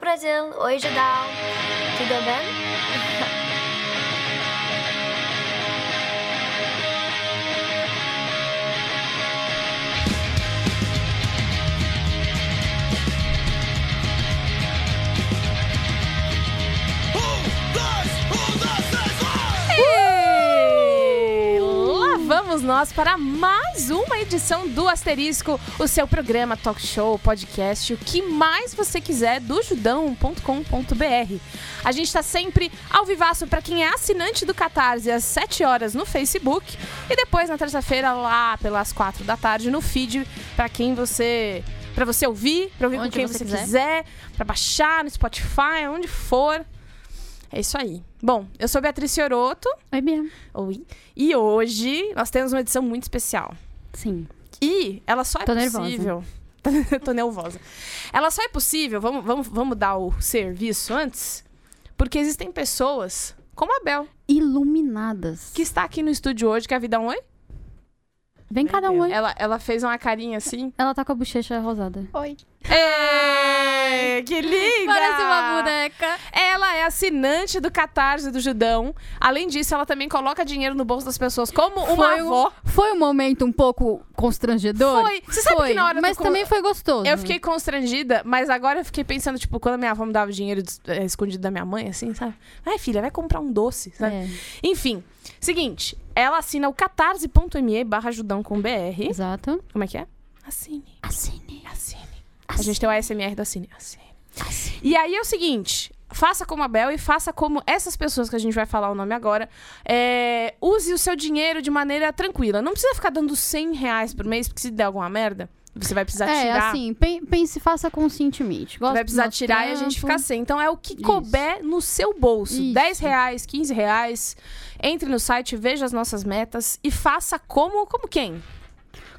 Brasil! Oi, Judal! Tudo bem? E lá vamos nós para mais uma edição do Asterisco, o seu programa, talk show, podcast, o que mais você quiser do judão.com.br. A gente está sempre ao vivaço para quem é assinante do Catarse às 7 horas no Facebook e depois na terça-feira lá pelas 4 da tarde no feed para quem você para você ouvir, para ouvir Onde com quem você você, quiser. quiser para baixar no Spotify, onde for. É isso aí. Bom, eu sou Beatriz Fioroto. Oi, Bia. Oi. E hoje nós temos uma edição muito especial. Sim. E ela só é Tô nervosa. possível. Tô nervosa. Ela só é possível, vamos, vamos, vamos dar o serviço antes? Porque existem pessoas, como a Bel, Iluminadas. que está aqui no estúdio hoje, quer vir dar um oi? Vem cada um. hein? Ela, ela fez uma carinha assim. Ela tá com a bochecha rosada. Oi. Ê, que linda! É! Parece uma boneca. Ela é assinante do Catarse do Judão. Além disso, ela também coloca dinheiro no bolso das pessoas, como uma Foi um- avó. Foi um momento um pouco constrangedor. Foi. Você sabe Foi, que na hora eu tô Mas com- também foi gostoso. Eu fiquei constrangida, mas agora eu fiquei pensando, tipo, quando a minha avó me dava dinheiro des- eh, escondido da minha mãe, assim, sabe? Vai, filha, vai comprar um doce, sabe? É, Enfim, seguinte, ela assina o catarse.me barra judão com BR. exato. Como é que é? Assine, Assine. assine. A gente tem o ASMR do Assine. Assine. E aí é o seguinte, faça como a Bel e faça como essas pessoas que a gente vai falar o nome agora. É, use o seu dinheiro de maneira tranquila. Não precisa ficar dando 100 reais por mês, porque se der alguma merda, você vai precisar É, tirar. assim, pen- pense, faça conscientemente. Gosto vai do precisar nosso tirar e a gente trampo. ficar sem. Então é o que Isso. couber no seu bolso. Isso. 10 reais, 15 reais. Entre no site, veja as nossas metas e faça como, como quem?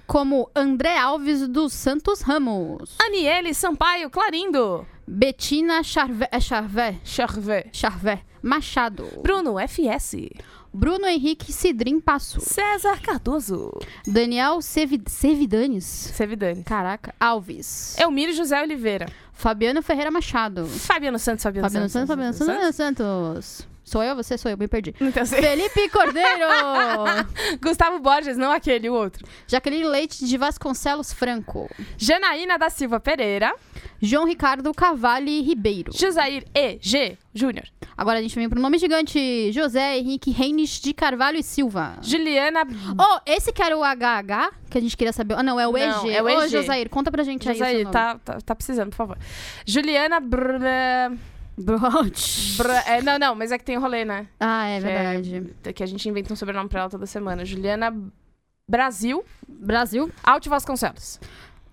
Como André Alves dos Santos Ramos. Aniele Sampaio Clarindo. Betina Charvé. É Charvé? Charvet. Charvé. Machado. Bruno FS. Bruno Henrique Cidrim Passo. César Cardoso. Daniel Sevi- Sevidanes. Sevidani. Caraca. Alves. Elmiro José Oliveira. Fabiano Ferreira Machado. Fabiano Santos, Fabiano, Fabiano Santos, Fabiano Santos, Fabiano Santos. Sou eu, você sou eu, me perdi. Não tem assim. Felipe Cordeiro! Gustavo Borges, não aquele, o outro. Jaqueline Leite de Vasconcelos Franco. Janaína da Silva Pereira. João Ricardo Cavalli Ribeiro. Josair E. G. Júnior. Agora a gente vem pro nome gigante: José Henrique Reines de Carvalho e Silva. Juliana Oh, esse que era o HH, que a gente queria saber. Ah, não, é o EG. Não, é o Ô, EG. Josair, conta pra gente aí. o seu Josair, nome. tá, tá, tá precisando, por favor. Juliana Br... Br... é, não, não, mas é que tem rolê, né? Ah, é É. verdade. Que a gente inventa um sobrenome pra ela toda semana. Juliana Brasil Brasil. Alt Vasconcelos.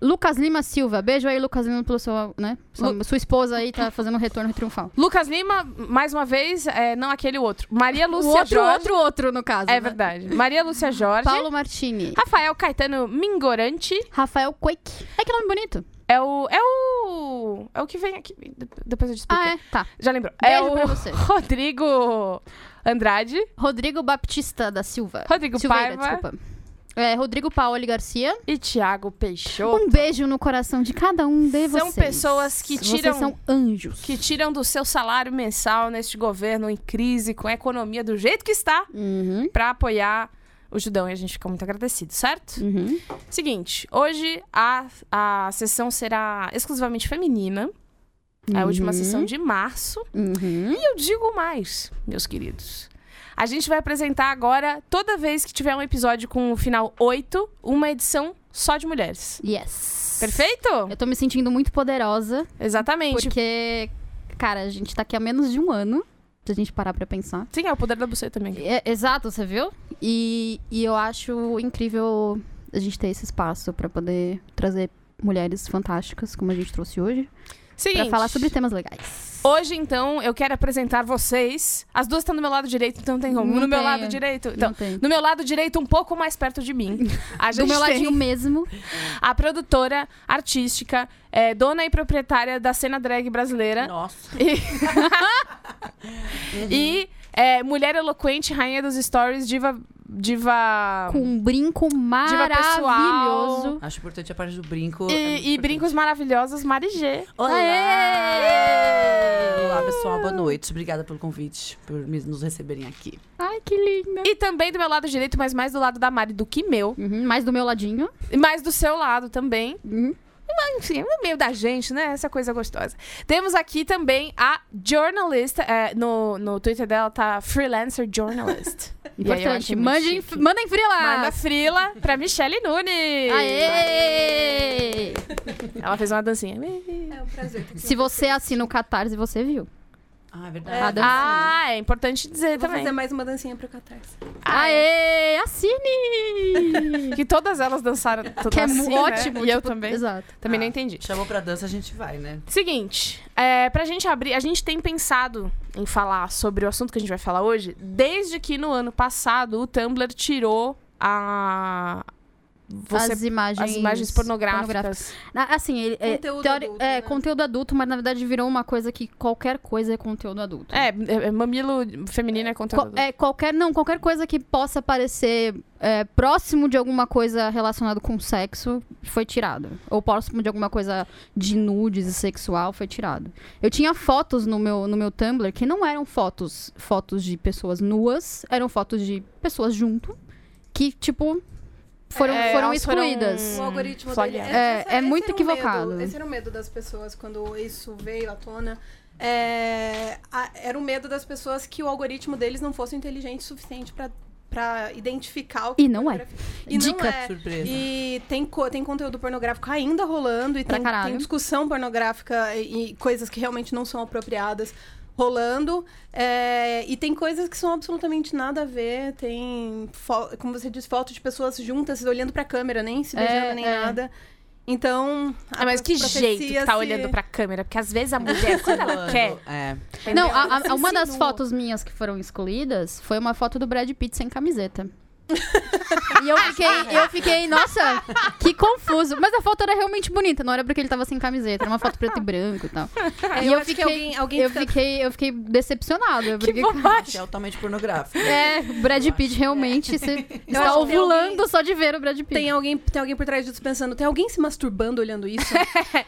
Lucas Lima Silva. Beijo aí, Lucas Lima, pelo seu, né? Sua, sua esposa aí tá fazendo um retorno triunfal. Lucas Lima, mais uma vez, é, não aquele outro. Maria O Lúcia outro, Jorge. outro, outro, no caso. É né? verdade. Maria Lúcia Jorge. Paulo Martini. Rafael Caetano Mingorante. Rafael Quake. É que nome bonito. É o. É o. É o que vem aqui. De- Depois eu te explico. Ah, é. Tá. Já lembrou. é Beijo o pra você. Rodrigo Andrade. Rodrigo Baptista da Silva. Rodrigo Silveira, Paiva. desculpa. É, Rodrigo Paoli Garcia. E Thiago Peixoto. Um beijo no coração de cada um de vocês. São pessoas que tiram- Vocês são anjos. que tiram do seu salário mensal neste governo em crise, com a economia do jeito que está, Uhum, pra apoiar o Judão. E a gente fica muito agradecido, certo? uhum. Seguinte, hoje a, a sessão será exclusivamente feminina. É a última Uhum. sessão de março. Uhum. E eu digo mais, meus queridos. A gente vai apresentar agora, toda vez que tiver um episódio com o final 8, uma edição só de mulheres. Yes. Perfeito? Eu tô me sentindo muito poderosa, Exatamente. porque, cara, a gente tá aqui há menos de um ano, se a gente parar pra pensar. Sim, é o poder da buceta também. É, exato, você viu? E, e eu acho incrível a gente ter esse espaço pra poder trazer mulheres fantásticas, como a gente trouxe hoje, Seguinte. pra falar sobre temas legais. Hoje, então, eu quero apresentar vocês. As duas estão do meu lado direito, então não tem como. Não no meu tem. lado direito. Então, Não tem. no meu lado direito, um pouco mais perto de mim. A gente Do meu tem ladinho mesmo. a produtora artística, é, dona e proprietária da cena drag brasileira. Nossa. E é, mulher eloquente, rainha dos stories, diva. Diva. com um brinco Diva pessoal. maravilhoso. Acho importante a parte do brinco. é muito E, e importante. brincos maravilhosos, Marigê. Olá! pessoal, boa noite. Obrigada pelo convite, por me- nos receberem aqui. Ai, que linda. E também do meu lado direito, mas mais do lado da Mari do que meu. Uhum, mas do meu ladinho. E mais do seu lado também. Uhum. Mas, enfim, no meio da gente, né? Essa coisa gostosa. Temos aqui também a jornalista. é, no, no Twitter dela tá freelancer journalist. E aí eu Importante. achei muito Mandem, chique. mandem frilas. Manda frila pra Michelle Nunes. Aê! Ela fez uma dancinha. É um prazer. ter que- Se você assina o Catarse, você viu. Ah, é É. verdade. A dancinha. Ah, é importante dizer Eu vou também. fazer mais uma dancinha pro Catarse. Aê! Assine! Que todas elas dançaram tudo que é assim, mu- né? ótimo. E eu tipo, também. Exato. Também Ah. não entendi. Chamou pra dança, a gente vai, né? Seguinte, é, pra gente abrir, a gente tem pensado em falar sobre o assunto que a gente vai falar hoje, desde que no ano passado o Tumblr tirou a. Você, as as, imagens, imagens pornográficas. Na- Assim, ele, é, Conteúdo teori- adulto, é, né? conteúdo adulto, mas na verdade virou uma coisa que qualquer coisa é conteúdo adulto. É, é, é, mamilo feminino é Co- conteúdo. é, qualquer, não, qualquer coisa que possa parecer é, próximo de alguma coisa relacionada com sexo foi tirado. Ou próximo de alguma coisa de nudes e sexual foi tirado. Eu tinha fotos no meu, no meu Tumblr que não eram fotos, fotos de pessoas nuas, eram fotos de pessoas junto, que, tipo, foram, É, foram elas foram- excluídas. O algoritmo flagrante. dele. Hum, É, essa- é esse muito era o equivocado. medo- esse era o medo das pessoas quando isso veio à tona. É, a- era o medo das pessoas que o algoritmo deles não fosse inteligente o suficiente pra- pra identificar o que E não é. pornografia- E Dica. não é. Surpresa. E tem, co- tem conteúdo pornográfico ainda rolando, e Pra tem, caralho. tem discussão pornográfica e, e coisas que realmente não são apropriadas rolando. é, e tem coisas que são absolutamente nada a ver. Tem, fo- como você diz, foto de pessoas juntas, olhando pra câmera, nem se É, beijando, nem é. nada. Então. a Ah, mas que profecia jeito que tá se- olhando pra câmera, porque às vezes a mulher, quando ela quer. É. entendeu? Não, a- a- Se uma das insinua. fotos minhas que foram excluídas foi uma foto do Brad Pitt sem camiseta. e eu fiquei, é. eu fiquei, nossa, que confuso. Mas a foto era realmente bonita, não era porque ele tava sem camiseta, era uma foto preto e branco e tal. É, e eu eu acho que fiquei, alguém- alguém eu fica- fiquei, eu fiquei decepcionada. Eu Que briguei com... Isso bobagem. é altamente pornográfico. É, o Brad Pitt realmente se está acho que tem ovulando alguém- só de ver o Brad Pitt. Tem alguém, tem alguém por trás disso pensando, tem alguém se masturbando olhando isso?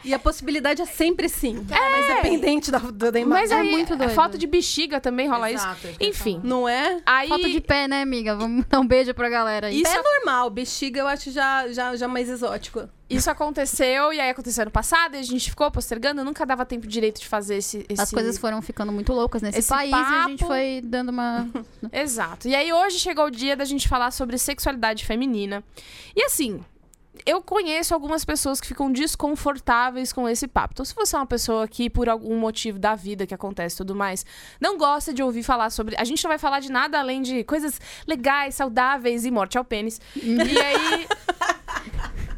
e a possibilidade é sempre sim. É, mas dependente da, da, da imagem. Mas É aí, muito doido. foto de bexiga também rola Exato, isso. eu ia Enfim. Não é? Aí, Foto de pé, né, amiga? Vamos dar um beijo pra galera aí. Isso é normal, bexiga eu acho já, já, já mais exótico. Isso aconteceu, e aí aconteceu ano passado, e a gente ficou postergando, nunca dava tempo direito de fazer esse. As esse- coisas foram ficando muito loucas nesse esse país e a gente papo- foi dando uma Exato. E aí hoje chegou o dia da gente falar sobre sexualidade feminina. E assim, eu conheço algumas pessoas que ficam desconfortáveis com esse papo. Então, se você é uma pessoa que, por algum motivo da vida que acontece e tudo mais, não gosta de ouvir falar sobre. A gente não vai falar de nada além de coisas legais, saudáveis e morte ao pênis. E aí.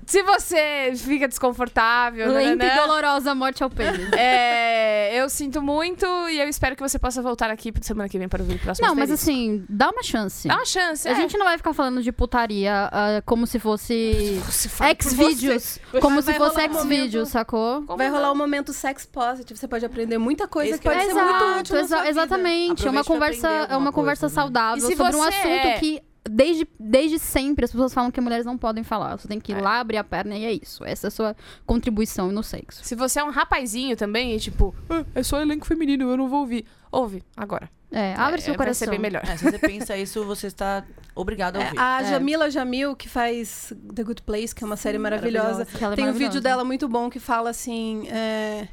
Se você fica desconfortável, lenta e nananã, dolorosa morte ao pênis. É, eu sinto muito e eu espero que você possa voltar aqui semana que vem para ouvir o próximo. Não, mas asterisco. assim, dá uma chance. Dá uma chance. A é. gente não vai ficar falando de putaria ah, como se fosse Você fala por X-Videos. Como Vai- se vai fosse rolar um X-Videos, sacou? Como Vai não? rolar um momento sex positive, você pode aprender muita coisa Esse que pode que ser eu ia muito falar. útil na Exa- sua vida. exatamente. É Aproveite uma pra conversa, aprender é uma alguma conversa coisa, né? saudável E se sobre um você assunto é- que desde, desde sempre as pessoas falam que mulheres não podem falar. Você tem que ir lá abrir a perna e é isso. Essa é a sua contribuição no sexo. Se você é um rapazinho também e tipo, "Ah, é só elenco feminino, eu não vou ouvir. Ouve, agora. É, abre seu é, Vai coração. ser bem melhor. É, se você pensa isso, você está obrigado a ouvir. É, a Jamila Jamil, que faz The Good Place, que é uma série maravilhosa, maravilhosa, que ela é tem um maravilhosa. vídeo dela muito bom que fala assim: é,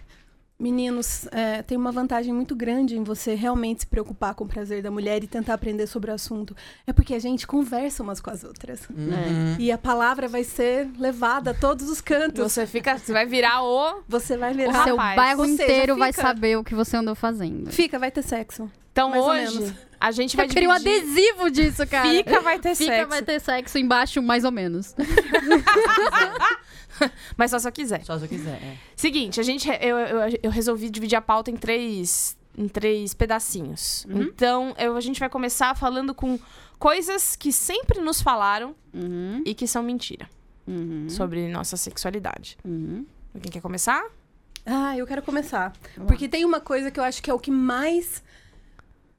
Meninos, é, tem uma vantagem muito grande em você realmente se preocupar com o prazer da mulher e tentar aprender sobre o assunto. É porque a gente conversa umas com as outras. Uhum. E a palavra vai ser levada a todos os cantos. Você fica, você vai virar o. Você vai O virar. rapaz. Seu bairro Ou seja, inteiro vai fica- saber o que você andou fazendo. Fica, vai ter sexo. Então Mais ou hoje menos. a gente vai Eu queria um dividir- adesivo disso, cara. Fica vai ter Fica, sexo. vai ter sexo embaixo, mais ou menos. Mas só se eu quiser. Só se eu quiser. é. Seguinte, a gente, re- eu, eu, eu resolvi dividir a pauta em três, em três pedacinhos. Então, eu- a gente vai começar falando com coisas que sempre nos falaram Uhum, e que são mentira uhum, sobre nossa sexualidade. uhum. Quem quer começar? Ah, eu quero começar. Vamos Porque tem uma coisa que eu acho que é o que mais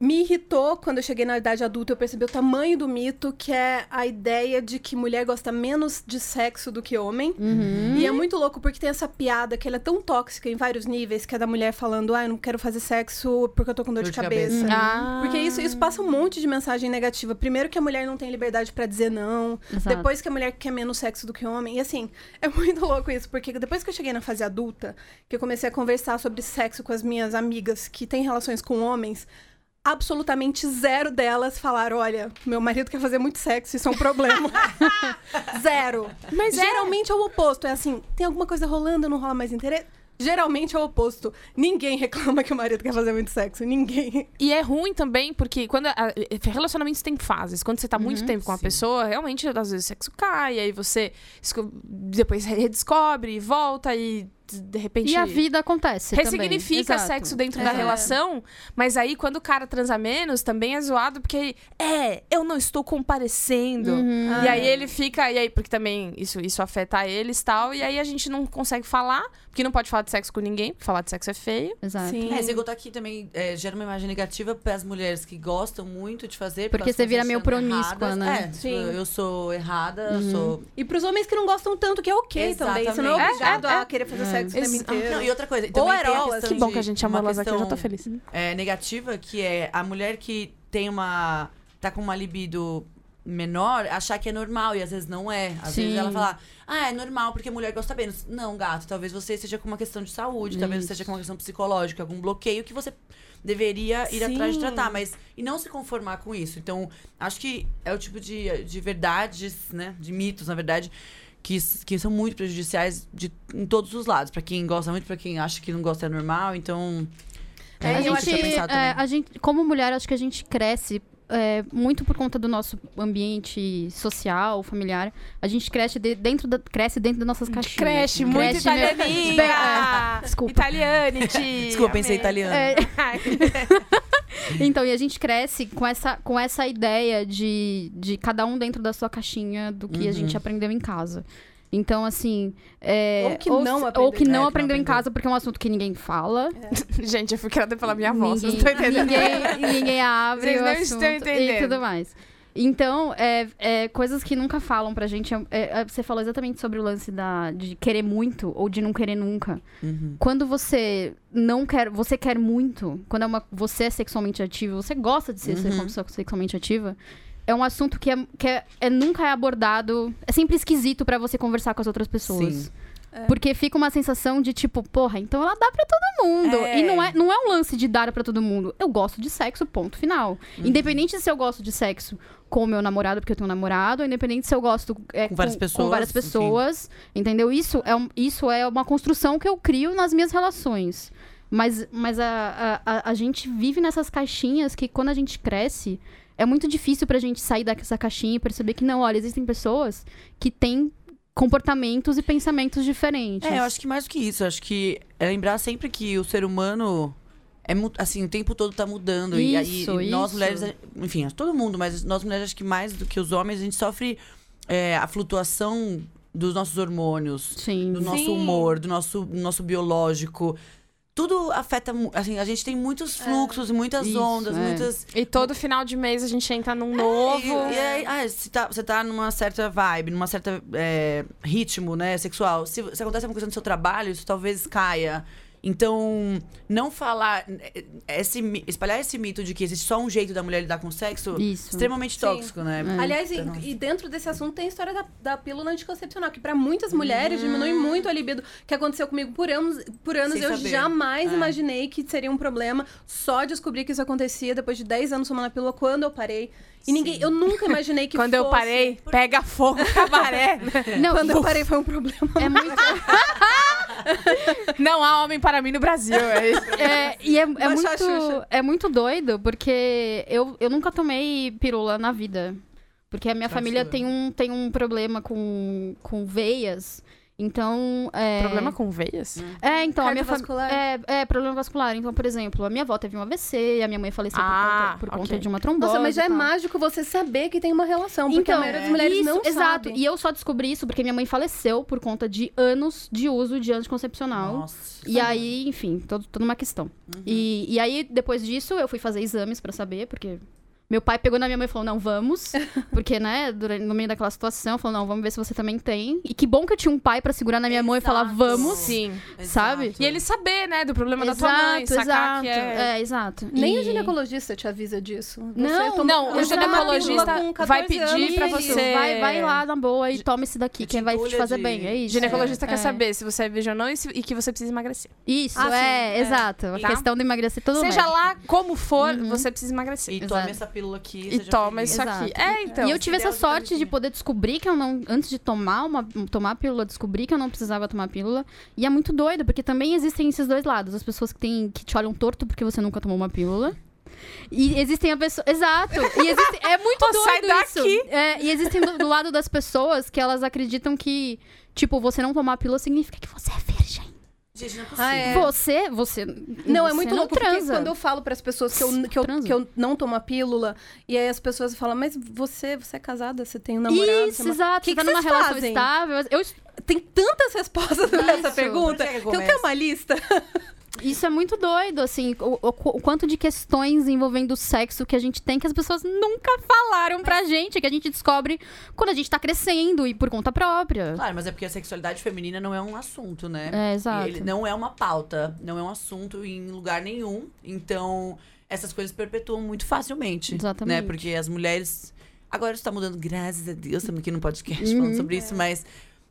Me irritou quando eu cheguei na idade adulta, eu percebi o tamanho do mito, que é a ideia de que mulher gosta menos de sexo do que homem. Uhum. E é muito louco porque tem essa piada que ela é tão tóxica em vários níveis, que é da mulher falando, ah, eu não quero fazer sexo porque eu tô com dor, de, cabeça. Ah. Uhum. Porque isso, isso passa um monte de mensagem negativa. Primeiro que a mulher não tem liberdade pra dizer não. Exato. Depois que a mulher quer menos sexo do que o homem. E assim, é muito louco isso, porque depois que eu cheguei na fase adulta, que eu comecei a conversar sobre sexo com as minhas amigas que têm relações com homens, absolutamente zero delas falaram: olha, meu marido quer fazer muito sexo, isso é um problema. zero. Mas é. Geralmente é o oposto. É assim, tem alguma coisa rolando, não rola mais interesse? Geralmente é o oposto. Ninguém reclama que o marido quer fazer muito sexo. Ninguém. E é ruim também, porque quando a- relacionamentos têm fases. Quando você tá muito Uhum, tempo com uma pessoa, realmente, às vezes, o sexo cai, aí você esco- depois redescobre, e volta e de repente. E a vida acontece. Ressignifica também. sexo dentro da Exato. É. relação, mas aí quando o cara transa menos, também é zoado, porque é, eu não estou comparecendo. Uhum. Hum. Ah, E Ah, é. aí ele fica, e aí, porque também isso, isso afeta eles e tal, e aí a gente não consegue falar, porque não pode falar de sexo com ninguém, porque falar de sexo é feio. Exato. Sim. É, esse tá aqui também é, gera uma imagem negativa para as mulheres que gostam muito de fazer. Porque elas você ficam vira se meio achando promíscua, erradas. né? É, tipo, Sim. Uhum. eu sou errada, eu sou E pros homens que não gostam tanto, que é ok também. Você não é Exatamente. obrigado É, é, a querer fazer sexo o Ex- tempo Ah, inteiro. Não, e outra coisa. Ou também tem a herolas, questão assim. Que bom de que a gente chamou uma elas aqui, eu já tô questão, feliz. é, negativa, que é a mulher que tem uma. tá com uma libido menor, achar que é normal, e às vezes não é. Às Sim. vezes ela fala, ah, é normal porque mulher gosta menos. Não, gato, talvez você seja com uma questão de saúde, talvez seja com uma questão psicológica, algum bloqueio que você deveria ir atrás de Sim. tratar, mas. E não se conformar com isso. Então, acho que é o tipo de, de verdades, né? De mitos, na verdade. Que, s- que são muito prejudiciais de, em todos os lados. Pra quem gosta muito, pra quem acha que não gosta é normal. Então, É, Né? a, eu isso gente, pra pensar também. é, a gente, como mulher, acho que a gente cresce é, muito por conta do nosso ambiente social, familiar. A gente cresce de- dentro, da, cresce dentro das nossas caixinhas. Creche, muito Cresce, tá né? italianinha! É, desculpa. Italianity! Desculpa, pensei italiano. É. Então, e a gente cresce com essa, com essa ideia de, de cada um dentro da sua caixinha do que a gente aprendeu em casa. Então, assim. é, Ou que se- ou não que aprendeu. não É, que não aprendeu em aprendeu. casa, porque é um assunto que ninguém fala. Gente, eu fui criada pela minha avó, vocês não estão ninguém, entendendo. ninguém, ninguém abre Vocês o não assunto estão entendendo. e tudo mais. Então, é, é, coisas que nunca falam pra gente. é- é- é- você falou exatamente sobre o lance da, de querer muito ou de não querer nunca. Quando você não quer, você quer muito, quando é uma, você é sexualmente ativa, você gosta de ser sexual- sexualmente ativa, é um assunto que, é, que é, é- nunca é abordado. É sempre esquisito pra você conversar com as outras pessoas. Sim. É. Porque fica uma sensação de tipo, porra, então ela dá pra todo mundo. É. E não é, não é um lance de dar pra todo mundo. Eu gosto de sexo, ponto final. Uhum. Independente se eu gosto de sexo com o meu namorado, porque eu tenho um namorado, independente se eu gosto é, Com várias pessoas, várias enfim. pessoas, entendeu? Isso é, um- isso é uma construção que eu crio nas minhas relações. Mas, mas a, a, a- a gente vive nessas caixinhas que quando a gente cresce, é muito difícil pra gente sair dessa caixinha e perceber que não, olha, existem pessoas que têm comportamentos e pensamentos diferentes. É, eu acho que mais do que isso, eu acho que é lembrar sempre que o ser humano é mu- assim, o tempo todo tá mudando. e- Isso, e, nós isso. mulheres, enfim, todo mundo, mas nós mulheres acho que mais do que os homens, a gente sofre é, a flutuação dos nossos hormônios, Sim. do nosso humor, do nosso, do nosso biológico. Tudo afeta, mu- assim, a gente tem muitos fluxos, muitas É. Isso, ondas, é. muitas E todo final de mês a gente entra num novo. e, e aí, ah, se tá- você tá numa certa vibe, numa certa é, ritmo, né, sexual. Se, se acontece alguma coisa no seu trabalho, isso talvez caia. Então, não falar. eh, Esse, mi- espalhar esse mito de que existe só um jeito da mulher lidar com o sexo Isso. extremamente tóxico, né? Aliás, e, e dentro desse assunto tem a história da, da pílula anticoncepcional, que pra muitas mulheres diminui muito a libido. Que aconteceu comigo por anos, por anos Sem eu saber. jamais É. imaginei que seria um problema. Só descobri que isso acontecia depois de 10 anos tomando a pílula quando eu parei. E ninguém, eu nunca imaginei que Quando eu fosse- parei, pega fogo o cabaré. né? Não, Quando eu e- parei foi um problema. é muito. Não há homem para mim no Brasil. É isso. É, e é, é Baixa a muito, Xuxa. é muito doido, porque eu, eu nunca tomei pirula na vida. Porque a minha família tem um, tem um problema com, com veias. Então. É... Problema com veias? É, então, a minha Cardiovascular? família. É, é, problema vascular. Então, por exemplo, a minha avó teve um AVC, a minha mãe faleceu por Ah, conta- por, conta, ok. de uma trombose. Nossa, mas já e é tal. Então, mágico você saber que tem uma relação, porque a maioria das mulheres isso, não sabe. Exato. E eu só descobri isso porque minha mãe faleceu por conta de anos de uso de anticoncepcional. Nossa. Tá E aí, enfim, todo, toda uma questão. Uhum. E, e aí, depois disso, eu fui fazer exames pra saber, porque meu pai pegou na minha mãe e falou: não, vamos. Porque, né, durante, no meio daquela situação, falou: não, vamos ver se você também tem. E que bom que eu tinha um pai pra segurar na minha mão e falar: Exato. vamos. Sim. sabe? Exato. E ele saber, né, do problema da tua mãe, sacar que é... É, exato. Nem E- o ginecologista te avisa disso. Você Não, toma- não, o você toma uma pílula ginecologista com 14 vai pedir anos pra e- você- Vai, vai lá na boa e toma esse É daqui, que vai te entulha fazer de- bem. É isso. tipo Ginecologista É, quer é. saber se você é virgem ou não e, se- e que você precisa emagrecer. Isso, Ah, sim, é, é. exato. A Tá. questão do emagrecer todo mundo. Seja lá como for, Uhum. você precisa emagrecer. E Exato. tome essa pílula aqui. E, seja toma feliz. isso aqui. Exato. É, então. e eu tive se essa der, eu já sorte de né? tinha. poder descobrir que eu não. Antes de tomar uma tomar a pílula, descobri que eu não precisava tomar a pílula. E é muito doido, porque também existem esses dois lados. As pessoas que, têm, que te olham torto porque você nunca tomou uma pílula. E existem a pessoa. Exato! E existe- é muito Ô, doido sai isso. daqui! É, e existem do, do lado das pessoas que elas acreditam que, tipo, você não tomar a pílula significa que você é virgem. Gente, não é possível. Ah, é. Você, você. Não, é você muito não louco, porque transa. quando eu falo pras pessoas que eu, que, eu, Transa. que eu não tomo a pílula, e aí as pessoas falam, mas você, você é casada, você tem um namorado. você é Isso, uma-" exato. Que você que tá numa vocês relação fazem? estável. Eu, Tem tantas respostas pra essa Isso. pergunta. Por que que que eu começa? quero uma lista. isso é muito doido, assim, o, o- o quanto de questões envolvendo o sexo que a gente tem que as pessoas nunca falaram pra gente, que a gente descobre quando a gente tá crescendo e por conta própria. Claro, mas é porque a sexualidade feminina não é um assunto, né? É, exato. Ele não é uma pauta, não é um assunto em lugar nenhum. Então, essas coisas perpetuam muito facilmente. Exatamente. Né? Porque as mulheres. Agora está mudando, graças a Deus, estamos aqui no podcast Uhum. falando É. sobre isso, mas.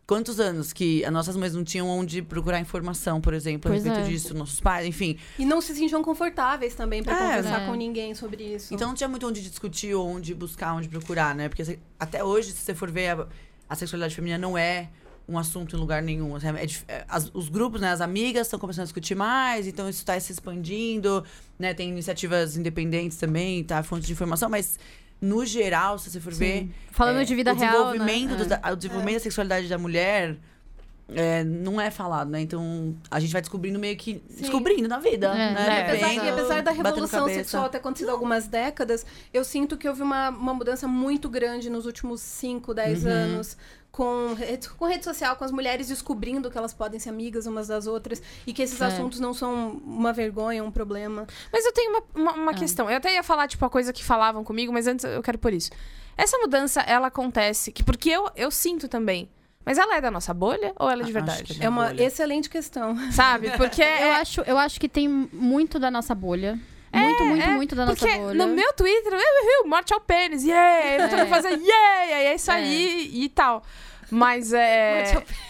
Quantos anos que as nossas mães não tinham onde procurar informação, por exemplo, Pois a respeito é. disso, nossos pais, enfim. E não se sentiam confortáveis também pra É. conversar É. com ninguém sobre isso. Então não tinha muito onde discutir, onde buscar, onde procurar, né? Porque se- até hoje, se você for ver, a, a sexualidade feminina não é um assunto em lugar nenhum. assim, é dif- é, as- os grupos, né, as amigas estão começando a discutir mais, então isso está se expandindo, né? Tem iniciativas independentes também, tá? Fonte de informação, mas no geral, se você for ver. Falando é, de vida o real. Desenvolvimento né? do- da- O desenvolvimento da sexualidade da mulher. é, não é falado, né? Então a gente vai descobrindo meio que. Descobrindo na vida. É, né? né? E apesar, Vivendo, e apesar da batendo revolução cabeça. sexual ter acontecido há algumas décadas, eu sinto que houve uma, uma mudança muito grande nos últimos 5, Uhum. 10 anos. Com rede, com rede social, com as mulheres descobrindo que elas podem ser amigas umas das outras e que esses É. assuntos não são uma vergonha, um problema. Mas eu tenho uma, uma, uma questão. Eu até ia falar, tipo, a coisa que falavam comigo, mas antes eu quero por isso. Essa mudança, ela acontece, que porque eu, eu sinto também. Mas ela é da nossa bolha ou ela é de Ah, acho verdade? que É uma Bolha. excelente questão. Sabe? Porque Eu é, acho, eu acho que tem muito da nossa bolha. Muito, muito, é, muito da nossa porque bolha. no meu Twitter, eu, eu, morte ao pênis, yeah! Eu tô É. fazendo yeah! E é isso É. aí e tal. Mas é.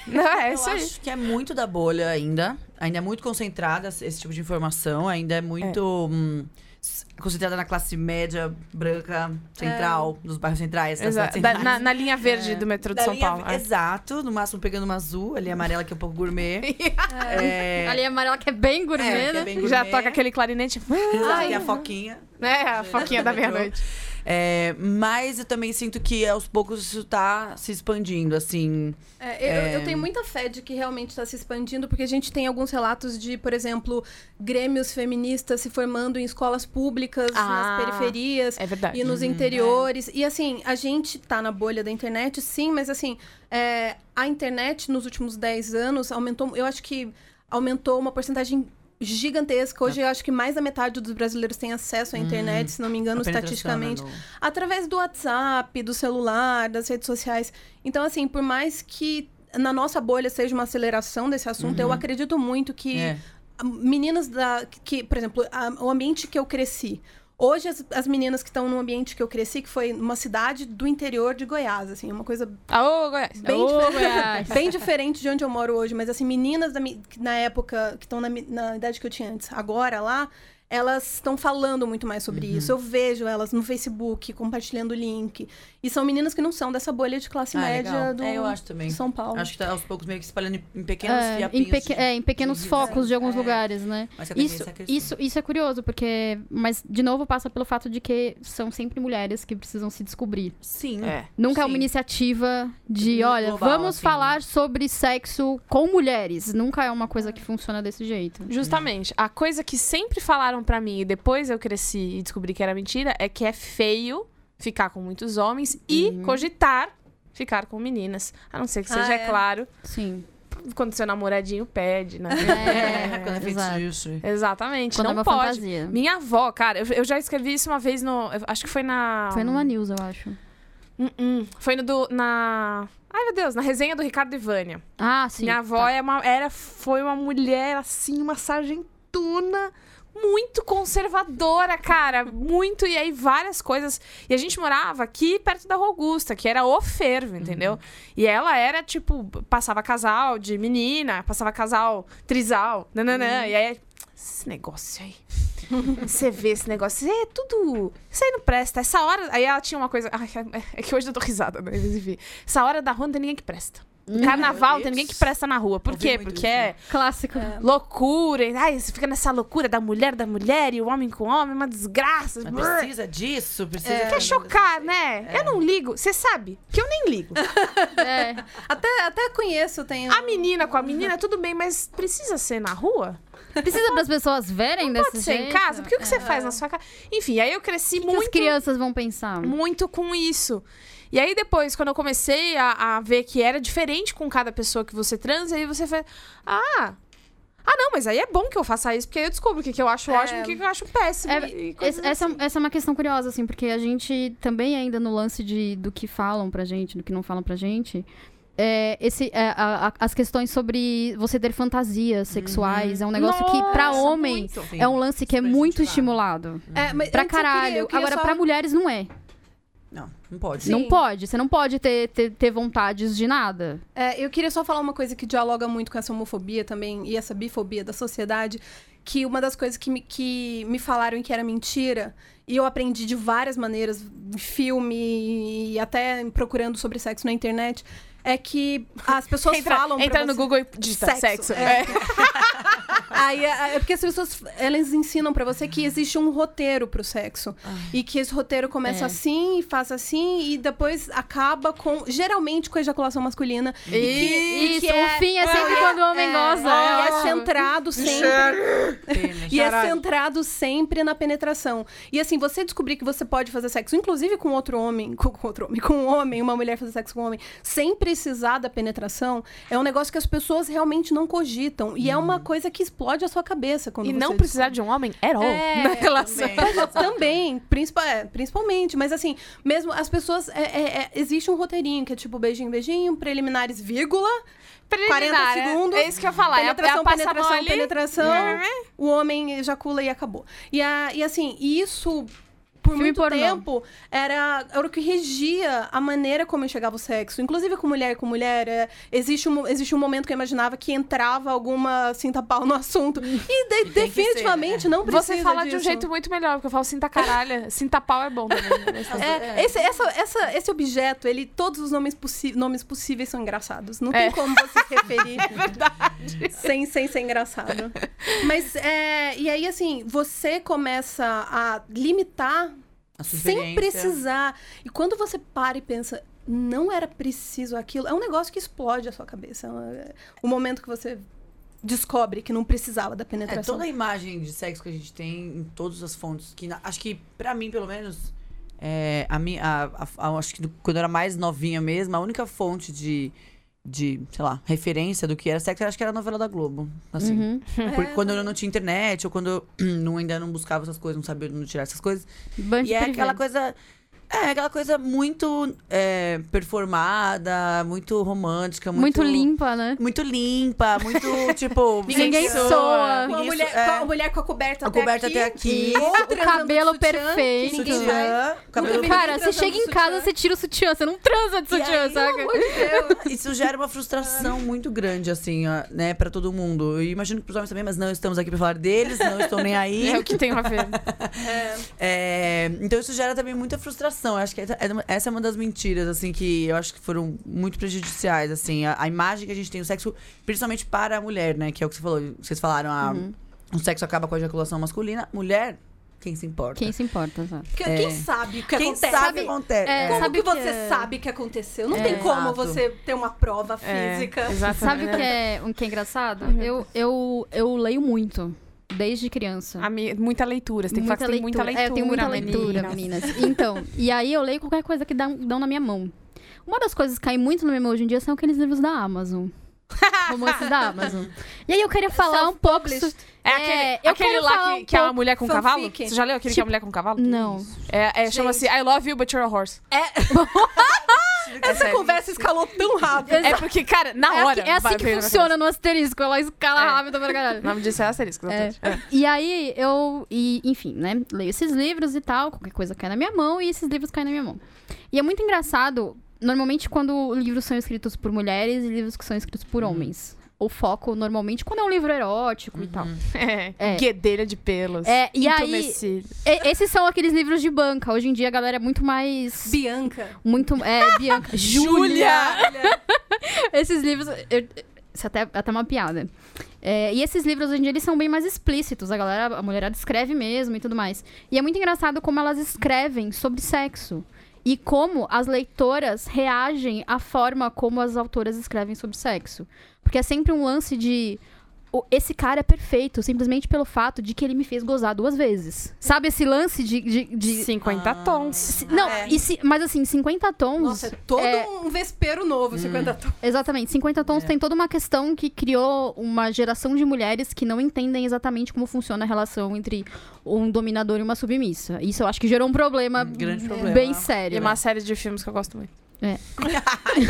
Não, é Eu isso aí. acho que é muito da bolha ainda. Ainda é muito concentrada esse esse tipo de informação. Ainda é muito hum, s- concentrada na classe média, branca, central, dos bairros centrais. das Exato. cidades É. Da- centrais. na, na linha verde do metrô de Da São linha- Paulo. é. Exato. No máximo pegando uma azul, ali amarela, que é um pouco gourmet. é, Ali amarela que é bem é, gourmet, que né? é bem Já gourmet. toca aquele clarinete, Exato, tem a foquinha. né? A foquinha da meia-noite. É, mas eu também sinto que aos poucos isso tá se expandindo, assim. É, eu, eu tenho muita fé de que realmente está se expandindo, porque a gente tem alguns relatos de, por exemplo, grêmios feministas se formando em escolas públicas, Ah, nas periferias. É Ah, verdade. E nos interiores. E assim, a gente tá na bolha da internet, sim, mas assim, é, a internet nos últimos 10 anos aumentou, eu acho que aumentou uma porcentagem gigantesca. Hoje eu acho que mais da metade dos brasileiros tem acesso à internet, se não me engano, Ah. Hum. a penetração, né, estatisticamente no- através do WhatsApp, do celular, das redes sociais. Então, assim, por mais que na nossa bolha seja uma aceleração desse assunto, eu acredito muito que Uhum. É. a- meninas da. que, por exemplo, a- o ambiente que eu cresci. Hoje, as, as meninas que estão no ambiente que eu cresci, que foi numa cidade do interior de Goiás, assim, uma coisa Aô, Goiás. bem, Ô, difer- Goiás. bem diferente de onde eu moro hoje. Mas, assim, meninas da mi- que na época, que estão na, mi- na idade que eu tinha antes, agora lá, elas estão falando muito mais sobre Uhum. isso. Eu vejo elas no Facebook, compartilhando o link. E são meninas que não são dessa bolha de classe Ah, média legal. do É, eu acho também. de São Paulo. Acho que tá aos poucos meio que se espalhando em- em pequenos É, em, fiapinhos. peque- é, em pequenos de- focos de alguns é. lugares, né? Mas que a Isso, tendência é crescer. isso, isso é curioso, porque. Mas, de novo, passa pelo fato de que são sempre mulheres que precisam se descobrir. Sim. É. Nunca é uma Sim. iniciativa de, Global, olha, vamos assim. falar sobre sexo com mulheres. Nunca é uma coisa que funciona desse jeito. Justamente. A coisa que sempre falaram pra mim e depois eu cresci e descobri que era mentira é que é feio ficar com muitos homens e cogitar ficar com meninas. A não ser que seja, Ah, é é. claro, Sim. quando seu namoradinho pede, né? É, quando é exato. feitiço. Exatamente. Quando é não uma pode. fantasia. Minha avó, cara, eu, eu já escrevi isso uma vez no. eu Acho que foi na. Foi numa news, eu acho. Hum, hum. Foi no do. Na. Ai, meu Deus, na resenha do Ricardo e Vânia. Ah, sim. Minha avó tá. é uma, era, foi uma mulher, assim, uma sargentona, muito conservadora, cara. Muito, e aí várias coisas. E a gente morava aqui perto da Rua Augusta, que era o fervo, entendeu? E ela era, tipo, passava casal de menina, passava casal trisal, nananã. E aí, esse negócio aí. Você vê esse negócio, é tudo. Isso aí não presta. Essa hora. Aí ela tinha uma coisa. Ai, é que hoje eu tô risada, né? Mas enfim. Essa hora da rua não tem ninguém que presta. Carnaval, não tem ninguém que presta na rua. Por Ouvi quê? muito Porque isso. né? é Clássico. loucura. e, Ai, você fica nessa loucura da mulher, da mulher e o homem com o homem, uma desgraça. Mas brrr. precisa disso, É. precisa. Quer chocar, né? Eu não ligo. Você sabe que eu nem ligo. É. Até, até conheço, tenho. A menina com a menina, tudo bem, mas precisa ser na rua? Precisa para as pessoas verem desse Pode ser em jeito? casa? Porque o que você faz na sua casa? Enfim, aí eu cresci O que as muito. crianças vão pensar? muito com isso. E aí depois, quando eu comecei a, a ver que era diferente com cada pessoa que você transa, aí você fala, ah, ah não, mas aí é bom que eu faça isso, porque aí eu descubro o que, que eu acho ótimo, o que, que eu acho péssimo. É, e Essa, coisas essa- assim. essa é uma questão curiosa, assim, porque a gente também ainda no lance de, do que falam pra gente, do que não falam pra gente, é, esse, é, a- a- as questões sobre você ter fantasias sexuais Uhum. é um negócio que pra Nossa, homem muito. é um lance que é super muito incentivado. estimulado. É, mas Pra antes eu queria- caralho. eu queria Agora, só- pra mulheres não é. Não, não pode. Sim. Não pode. Você não pode ter, ter, ter vontades de nada. É, eu queria só falar uma coisa que dialoga muito com essa homofobia também e essa bifobia da sociedade, que uma das coisas que me, que me falaram que era mentira, e eu aprendi de várias maneiras, em filme e até procurando sobre sexo na internet, é que as pessoas Entra, falam pra entra no você- Google e digita sexo. Sexo, É. é. Aí, é é porque as pessoas, elas ensinam pra você que existe um roteiro pro sexo. E que esse roteiro começa É. assim, e faz assim, e depois acaba com, geralmente, com ejaculação masculina. E, que- e Isso, que é- o fim é sempre quando o homem goza. e é ótimo. centrado sempre. Pena, E é Geraldo. centrado sempre na penetração. E assim, você descobrir que você pode fazer sexo, inclusive com outro homem, com, com outro homem, com um homem, uma mulher fazer sexo com um homem, sem precisar da penetração, é um negócio que as pessoas realmente não cogitam. E é uma coisa que explode a sua cabeça. Quando Uhum. E você não descobre. precisar de um homem at all É, na relação. Pois é, também, principal, é, principalmente. Mas assim, mesmo as pessoas. é, é, é, existe um roteirinho que é tipo beijinho, beijinho, preliminares, vírgula. Preliminar, 40 é- segundos, É isso que eu ia falar. é a- é penetração, a passar a mão penetração, ali. penetração. É. O homem ejacula e acabou. E, a, e assim, isso. Por Filme muito pornô. tempo, era, era o que regia a maneira como enxergava o sexo. Inclusive com mulher com mulher. é, existe, um, existe um momento que eu imaginava que entrava alguma cinta-pau no assunto. E, de- tem que ser, né? definitivamente não precisa Você fala de um disso. jeito muito melhor, porque eu falo sinta caralho. sinta pau é bom também. né? Mas- É, Esse, essa, essa- esse objeto, ele, todos os nomes, possi- nomes possíveis são engraçados. Não tem É. como você se referir. é verdade. Sem, sem ser engraçado. Mas, é, e aí, assim, você começa a limitar A sua sem experiência. precisar. E quando você para e pensa, não era preciso aquilo, é um negócio que explode a sua cabeça. É O momento que você descobre que não precisava da É, penetração. toda a imagem de sexo que a gente tem em todas as fontes, que na- acho que, pra mim, pelo menos, é, a minha, a- a- a- acho que do- quando eu era mais novinha mesmo, a única fonte de, de, sei lá, referência do que era sexo, eu acho que era a novela da Globo, assim. Uhum. É. Por- quando eu não tinha internet, ou quando eu não, ainda não buscava essas coisas, não sabia não tirar essas coisas. Bunch E é privado. aquela coisa... É, aquela coisa muito é, performada, muito romântica, muito. Muito, limpa, né? Muito limpa, muito, tipo. Ninguém sem soa. Com a, Isso, mulher, é. com a mulher com a coberta A até coberta aqui. até aqui. ou O transando cabelo de sutiã, perfeito. que ninguém vai. Sutiã, é cabelo vi Cara, ninguém você chega em transando casa, sutiã. você tira o sutiã, você não transa de E aí, sutiã, saca? pelo amor de Deus. Isso gera uma frustração muito grande, assim, ó, né, pra todo mundo. E imagino que pros homens também, mas não estamos aqui pra falar deles, não estou nem aí. É o que tem a ver. É, então isso gera também muita frustração. Eu acho que é- é uma- essa é uma das mentiras, assim, que eu acho que foram muito prejudiciais, assim. A, a imagem que a gente tem do sexo, principalmente para a mulher, né? Que é o que você falou, que vocês falaram, ah, o sexo acaba com a ejaculação masculina. Mulher, quem se importa? Quem se importa, sabe? Que- Quem sabe o que Quem acontece? sabe acontece. É, Como sabe que o que você é- sabe que aconteceu? Não tem como Exato. você ter uma prova É, física. exatamente. Sabe o que é, o que é engraçado? Eu, eu, eu leio muito, desde criança. A mi- Muita leitura, você Ah, tem que falar que tem muita leitura. É, eu tenho muita leitura, meninas. meninas. Então, e aí eu leio qualquer coisa que dão, dão na minha mão. Uma das coisas que cai muito na minha mão hoje em dia são aqueles livros da Amazon. Romances da Amazon. E aí eu queria falar um pouco. so- É aquele, É, eu aquele quero lá falar que, um que é uma pouco Tipo, mulher com um fanfic. cavalo? Você já leu aquele que é a mulher com um cavalo? Não. É, é, chama-se I Love You, But You're a Horse. É. Essa conversa escalou tão rápido. É porque, cara, É, na aqui- hora. é assim vai- que veio na funciona no asterisco. Ela escala É. rápido pra cabeça. caralho. O nome disso é asterisco, exatamente. É. E aí eu, e, enfim, né? Leio esses livros e tal, qualquer coisa cai na minha mão e esses livros caem na minha mão. E é muito engraçado, normalmente quando livros são escritos por mulheres e livros que são escritos por homens. O foco normalmente quando é um livro erótico e tal. É. Guedelha de pelos. É, e aí, Entumecido. e- esses são aqueles livros de banca. Hoje em dia a galera é muito mais. Bianca. Muito. É, Bianca. Júlia! esses livros. eu- isso é até, até uma piada. É, e esses livros hoje em dia eles são bem mais explícitos. A galera, a mulherada escreve mesmo e tudo mais. E é muito engraçado como elas escrevem sobre sexo. E como as leitoras reagem à forma como as autoras escrevem sobre sexo. Porque é sempre um lance de. o- Esse cara é perfeito, simplesmente pelo fato de que ele me fez gozar duas vezes. Sabe esse lance de. de, de- 50 tons. se- não, e se- mas assim, 50 tons. Nossa, é todo É. um vespeiro Hum. novo, 50 tons. Exatamente. 50 É. Tons tem toda uma questão que criou uma geração de mulheres que não entendem exatamente como funciona a relação entre um dominador e uma submissa. Isso eu acho que gerou um problema, grande problema. bem E sério. né? uma série de filmes que eu gosto muito. É.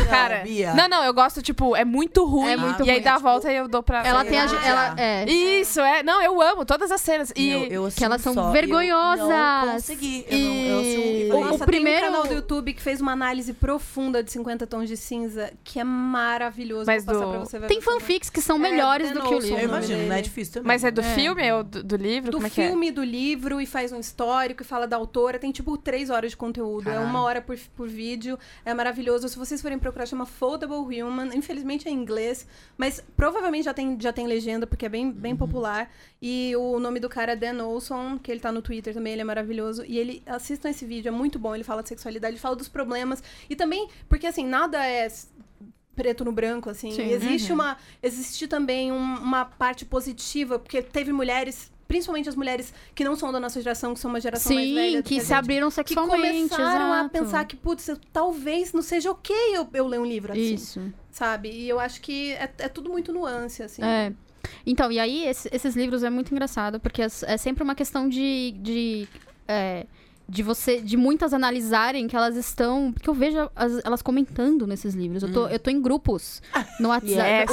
Cara, Bia. não, não, eu gosto, tipo, é muito ruim. É muito e aí ruim, dá a tipo, volta e eu dou pra. Ela tem a. Ah. Ela, é. Isso, é. Não, eu amo todas as cenas. E Meu, eu assisti que elas são só, eu vergonhosas. não consegui. Eu não, eu assisti um e E- falei, Nossa, o tem primeiro- um canal do YouTube que fez uma análise profunda de 50 tons de cinza, que é maravilhoso. Mas Vou passar do- pra você ver. Tem fanfics que são É, melhores The do que o Notion, Eu o livro. nome imagino, dele. não é difícil também. Mas é do É. filme ou do, do livro? do Como é que filme, do livro e faz um histórico e fala da autora. Tem tipo três horas de conteúdo, é uma hora por, por vídeo, é maravilhoso. Se vocês forem procurar, chama Foldable Human. Infelizmente é em inglês, mas provavelmente já tem, já tem legenda, porque é bem, bem Uhum. popular. E o nome do cara é Dan Olson, que ele tá no Twitter também, ele é maravilhoso. E ele assistam esse vídeo, é muito bom. Ele fala de sexualidade, ele fala dos problemas. E também, porque assim, nada é s- preto no branco, assim. Sim. uhum. Existe uma. Existe também um- uma parte positiva, porque teve mulheres. Principalmente as mulheres que não são da nossa geração, que são uma geração mais velha. Sim, do que a se gente, abriram Que sexualmente. começaram a exato. pensar que, putz, eu- talvez não seja ok eu, eu ler um livro assim, Isso. sabe? E eu acho que é, é tudo muito nuance, assim. É. Então, e aí esse- esses livros é muito engraçado, porque é, é sempre uma questão de. de é, de você, de muitas analisarem que elas estão. Porque eu vejo as- elas comentando nesses livros. Eu tô, eu tô em grupos no WhatsApp,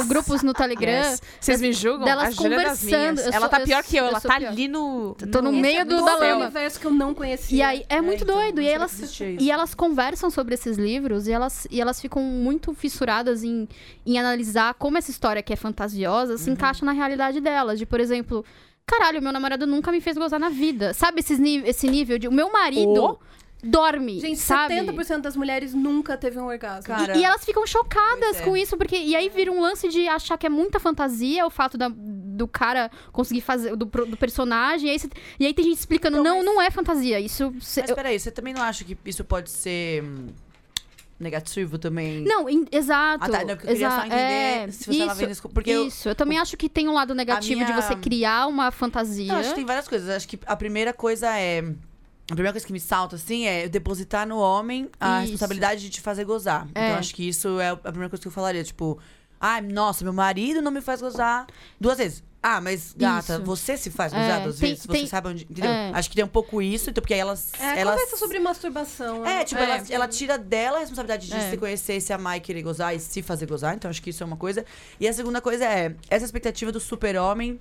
Hum. Yes. grupos no é? Telegram. Yes. Vocês me julgam? Delas a Júlia é das conversando. minhas. Eu Ela sou- tá eu pior que eu, sou- ela eu sou tá pior. ali no. Tô no Esse meio é do- todo da um lama. universo que eu não conhecia. E aí é muito então, doido. não E sei elas, que existia isso. e elas conversam sobre esses livros e elas, e elas ficam muito fissuradas em, em analisar como essa história que é fantasiosa Uhum. se encaixa na realidade delas. De, por exemplo, caralho, meu namorado nunca me fez gozar na vida. Sabe esses ni- esse nível de. O meu marido dorme. Gente, sabe? 70% das mulheres nunca teve um orgasmo. Cara, E elas ficam chocadas Pois é. com isso, porque. E aí vira um lance de achar que é muita fantasia o fato da- do cara conseguir fazer. do, pro- do personagem. E aí, cê- e aí tem gente explicando: Então, não, mas- não é fantasia. Isso. cê- Mas peraí, você também não acha que isso pode ser hum, negativo também? Não, in- exato. Ah, tá, não, porque eu queria só exa- entender é, se você tava isso, vendo isso. Porque eu- isso, eu também acho que tem um lado negativo de minha- você criar uma fantasia. Não, acho que tem várias coisas. Acho que a primeira coisa é. A primeira coisa que me salta, assim, é eu depositar no homem a Isso. responsabilidade de te fazer gozar. É. Então, acho que isso é a primeira coisa que eu falaria. Tipo, ai, nossa, meu marido não me faz gozar duas vezes. Ah, mas, gata, Isso. você se faz É, gozada às tem- vezes? tem- você sabe onde. Entendeu? é. Acho que tem um pouco isso, então, porque aí elas. É, elas... conversa sobre masturbação. É, né? tipo, Ela, ela tira dela a responsabilidade de Uhum. É. se conhecer, se amar e querer gozar e se fazer gozar. Então, acho que isso é uma coisa. E a segunda coisa é essa expectativa do super-homem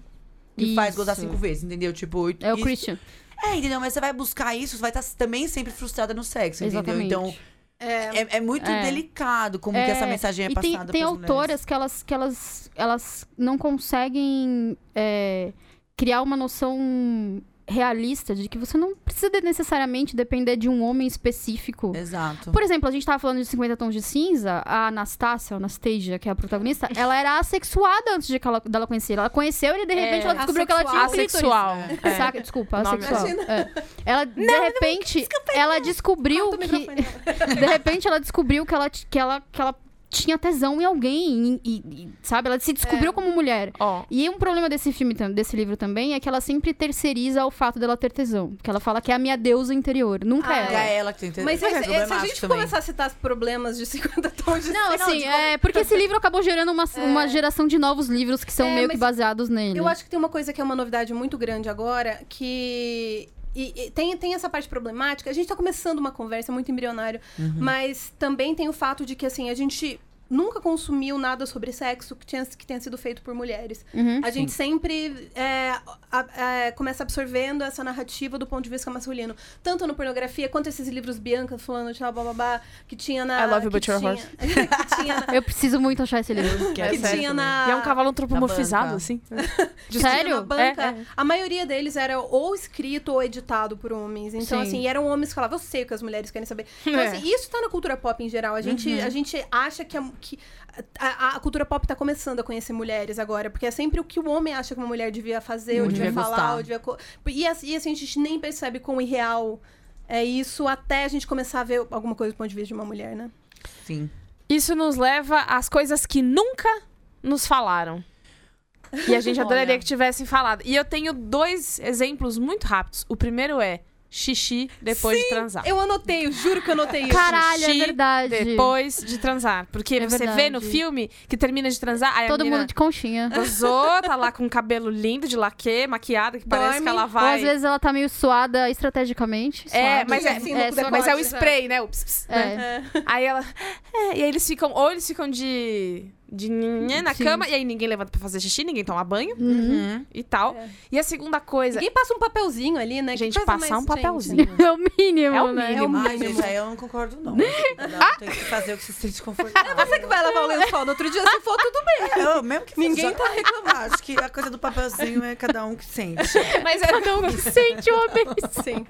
que faz Isso. gozar cinco vezes, entendeu? Tipo, É o isso- Christian. É, entendeu? Mas você vai buscar isso, você vai estar também sempre frustrada no sexo, Exatamente. entendeu? Então, é, é muito É. delicado como que É, essa mensagem é e tem, passada tem pras autoras mulheres. que elas que elas elas não conseguem é, criar uma noção realista de que você não precisa de- necessariamente depender de um homem específico Exato. por exemplo, a gente tava falando de 50 tons de cinza, a Anastácia, ou Anastasia, que é a protagonista, ela era assexuada antes de que ela, dela conhecer. Ela conheceu ele e de É, repente ela descobriu que ela tinha um clítoris. Asexual. Ah, É. Saca? Desculpa, Nome- assexual. É. Ela, de repente, ela descobriu Corta o que... microfone dela. De repente ela descobriu que ela, t- que ela, que ela tinha tesão em alguém, e, e- e, sabe? Ela se É. descobriu como mulher. Ó, E um problema desse filme, tam- desse livro também, é que ela sempre terceiriza o fato dela ter tesão. Que ela fala que é a minha deusa interior. Nunca Ah, é. É ela. ela, que tem interesse. Mas se, Mas é se- se a problemático gente também. começar a citar os problemas de 50 tons de Não, cinza, assim, de- é porque esse livro acabou gerando uma, uma geração de novos livros que são É, meio que mas baseados nele. Eu acho que tem uma coisa que é uma novidade muito grande agora, que. E, e tem, tem essa parte problemática. A gente tá começando uma conversa muito embrionário, Uhum. mas também tem o fato de que, assim, a gente nunca consumiu nada sobre sexo que, tinha, que tenha sido feito por mulheres. Uhum, a gente sempre é, a- é, começa absorvendo essa narrativa do ponto de vista masculino. Tanto na pornografia, quanto esses livros Bianca, fulano de tal, bababá, que tinha na... I Love You, que But You're a tinha- Horse. que tinha na- Eu preciso muito achar esse livro. Que é que sério tinha também. na... e é um cavalo antropomorfizado, banca. assim. tinha na Sério? banca, É, é. a maioria deles era ou escrito ou editado por homens. Então, Sim. assim, eram homens que falavam, eu sei o que as mulheres querem saber. Então, É. assim, isso tá na cultura pop em geral. A gente, a gente acha que, a, que a, a- a cultura pop tá começando a conhecer mulheres agora, porque é sempre o que o homem acha que uma mulher devia fazer, ou Hum. devia, Devia falar, gostar. ou devia. co- E, assim, e, assim, a gente nem percebe quão irreal. É isso até a gente começar a ver alguma coisa do ponto de vista de uma mulher, né? Sim. Isso nos leva às coisas que nunca nos falaram. E a gente adoraria Olha. que tivessem falado. E eu tenho dois exemplos muito rápidos. O primeiro é xixi depois de transar. Eu anotei, eu juro que eu anotei isso. Caralho, é Xixi verdade. Depois de transar. Porque É você vê no verdade. filme que termina de transar, aí Todo a menina mundo de conchinha. gozou, tá lá com o cabelo lindo de laque, maquiada, que parece Dorme. que ela Ou vai... às vezes ela tá meio suada estrategicamente. É, suada. mas é, assim, no é, decote, mas é o exato. spray, né? O ps, ps, né? É. Aí ela. é, e aí eles ficam. Ou eles ficam de. De nhenhenhen na Sim. cama, e aí ninguém levanta pra fazer xixi, ninguém toma banho Uhum. e tal. É. E a segunda coisa. Ninguém passa um papelzinho ali, né? Que Gente, coisa passar um mais- gente, papelzinho. É o mínimo, É o né? mínimo. Ai, gente, aí eu não concordo, não. Cada um Tem que fazer o que se sente confortável. É, Você que vai lavar o lençol no outro dia, se for, tudo bem. É, Eu, mesmo que Ninguém tá reclamando. Acho que a coisa do papelzinho é cada um que sente. Mas era tão. Sente o homem. Sim.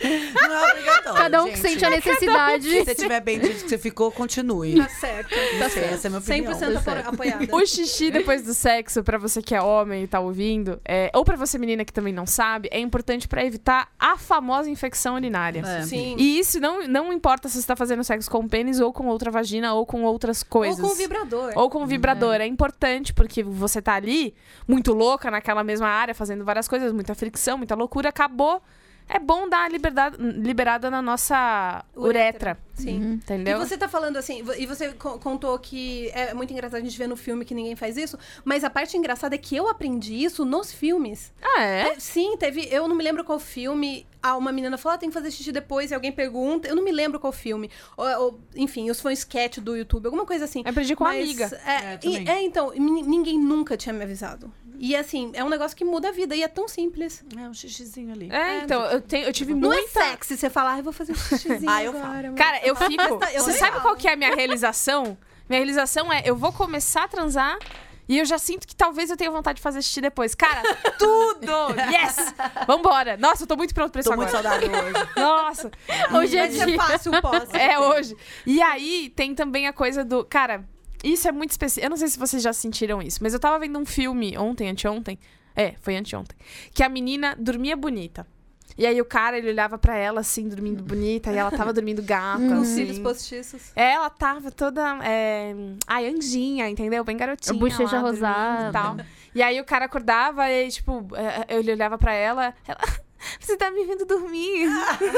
Não é obrigatório. Cada um que gente. né? sente a necessidade. Se você tiver bem do jeito que você ficou, continue. Tá certo. Tá Essa é a minha opinião. 100% apo- apoiada. O xixi depois do sexo, pra você que é homem e tá ouvindo, é, ou pra você menina que também não sabe, é importante pra evitar a famosa infecção urinária. É. Sim. E isso não, não importa se você tá fazendo sexo com o pênis ou com outra vagina ou com outras coisas. Ou com o vibrador. Ou com vibrador. É. importante, porque você tá ali, muito louca naquela mesma área, fazendo várias coisas, muita fricção, muita loucura, acabou. É bom dar a liberdade, liberada na nossa uretra. Sim. E Uhum. Entendeu? você tá falando assim, vo- e você co- contou que é muito engraçado a gente ver no filme que ninguém faz isso, mas a parte engraçada é que eu aprendi isso nos filmes. Ah, é? É, sim, teve. Eu não me lembro qual filme. Ah, uma menina falou, ah, tem que fazer xixi depois, e alguém pergunta. Eu não me lembro qual filme. Ou- ou, enfim, isso foi um sketch do YouTube, alguma coisa assim. Eu aprendi com a Mas, amiga. É, É, e- também. é, então, nin- ninguém nunca tinha me avisado. E assim, é um negócio que muda a vida e é tão simples. É um xixizinho ali. É, então, eu, tenho, eu tive Não é muita. sexy você falar, ah, eu vou fazer um xixizinho Ah, eu agora. mas- Cara, eu fico. eu você sei. sabe qual que é a minha realização? Minha realização é, eu vou começar a transar e eu já sinto que talvez eu tenha vontade de fazer xixi depois. Cara, tudo! Yes! Vambora! Nossa, eu tô muito pronto pra isso Tô agora. muito saudável hoje. Nossa! Hoje é Mas é dia. fácil o pós. É hoje. E aí tem também a coisa do. Cara, isso é muito específico. Eu não sei se vocês já sentiram isso, mas eu tava vendo um filme ontem, anteontem. É, foi anteontem. Que a menina dormia bonita. E aí o cara, ele olhava pra ela assim, dormindo bonita, e ela tava dormindo gata. Com os cílios assim. postiços. Ela tava toda. É... Ai, anjinha, entendeu? Bem garotinha. A bochecha lá, dormindo rosada. é, E, tal. e aí o cara acordava e, tipo, é, ele olhava pra ela. ela... você tá me vindo dormir.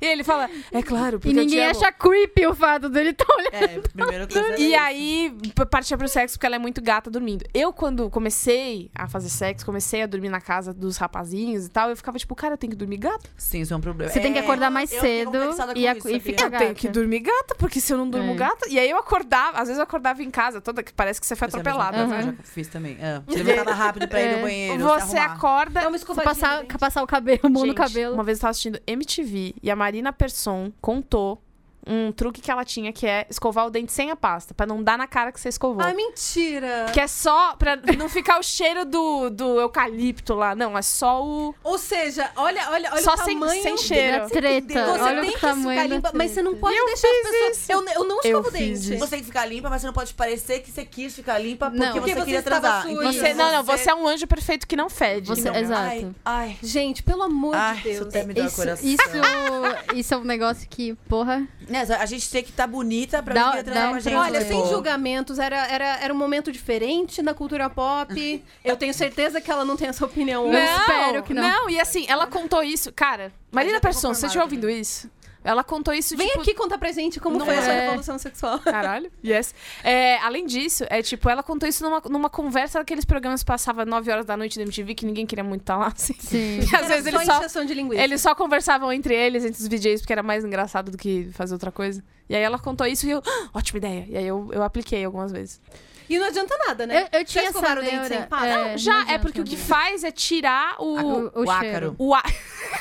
e ele fala, é claro, porque E ninguém eu te amo. acha creepy o fato dele estar olhando. É, primeira coisa. E aí, p- partia pro sexo porque ela é muito gata dormindo. Eu, quando comecei a fazer sexo, comecei a dormir na casa dos rapazinhos e tal, eu ficava tipo, cara, eu tenho que dormir gata? Sim, isso é um problema. Você tem que É, acordar mais eu fiquei cedo complexada com e, a- isso, e sabia? ficar Eu tenho que gata. dormir gata, porque se eu não durmo É. gata. E aí eu acordava, às vezes eu acordava em casa toda, que parece que você foi Essa é a atropelada. mesma coisa né? que eu Já fiz também. É. Você levantava rápido pra ir É. no banheiro. se Você arrumar. acorda. Dá uma Você escovadinha. passar, dente. passar o cabelo, a mão no Gente, cabelo. Uma vez eu tava assistindo MTV e a Marina Persson contou um truque que ela tinha, que é escovar o dente sem a pasta, pra não dar na cara que você escovou. Ai, Ah, mentira. Que é só pra não ficar o cheiro do, do eucalipto lá. Não, é só o. Ou seja, olha, olha, olha só o sem, tamanho. sem Então, Da cheiro. treta. Você Olha tem o que ficar tamanho. da limpa, mas você treta. não pode E eu deixar fiz as pessoas. Eu, eu não Eu escovo o fiz dente. isso. Você tem que ficar limpa, mas você não pode parecer que você quis ficar limpa porque, Não. Porque você você queria estava transar. suja. Então, Você- Não, não, você é um anjo perfeito que não fede. Você- Não. exato. Ai, ai. Gente, pelo amor Ai, de Deus. isso até me dói o Isso, coração. isso, isso é um negócio que, porra. Né, a gente tem que estar bonita pra Dá- mim querer transar dá com a um gente. Olha, tipo. sem julgamentos, era, era, era um momento diferente na cultura pop. Eu tenho certeza que ela não tem essa opinião hoje. Não. espero que não. Não, e assim, ela contou isso. Cara, Marina já tô Persson, se você estiver ouvindo isso, ela contou isso Vem tipo, aqui contar pra gente como Não foi é. a sua revolução sexual. Caralho. Yes. É, além disso, é tipo, ela contou isso numa, numa conversa daqueles programas que passava 9 horas da noite no MTV, que ninguém queria muito estar lá, assim. Sim. E às Era vezes só eles só, injeção de linguiça. eles só conversavam entre eles, entre os DJs, porque era mais engraçado do que fazer outra coisa. E aí ela contou isso e eu, "Ah, ótima ideia. E aí eu, eu apliquei algumas vezes. E não adianta nada, né? Eu, eu tinha Já essa escovaram o dente neura, sem pá? Não, não Já, é adianta. né? porque o que faz é tirar o. o, o, O ácaro. cheiro. o a-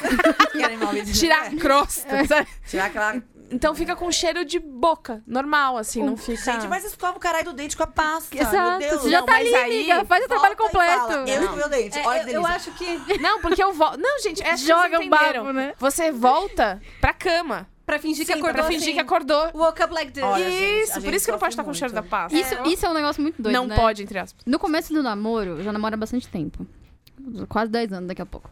Querem mal me dizer? tirar a crosta, sabe? É. Tirar aquela. Tá. Então fica com cheiro de boca, normal, assim, não fica. Gente, mas escova o caralho do dente com a pasta. meu Exato, Deus. você já Não, tá mas ali, aí- amiga. Faz o trabalho Volta e completo. fala, Eu com meu dente. É, Olha eu, que eu delícia. acho que Não, porque eu volto. Não, gente, é Joga um um barro, babo, né? Você volta pra cama. pra fingir que Sim, acordou pra fingir assim, que acordou. Woke up like this. Olha, gente, isso, a por gente isso que não pode sofre estar com muito. cheiro da pasta. Isso, isso é um negócio muito doido, não né? pode, entre aspas. No começo do namoro, eu já namoro há bastante tempo. Quase 10 anos daqui a pouco.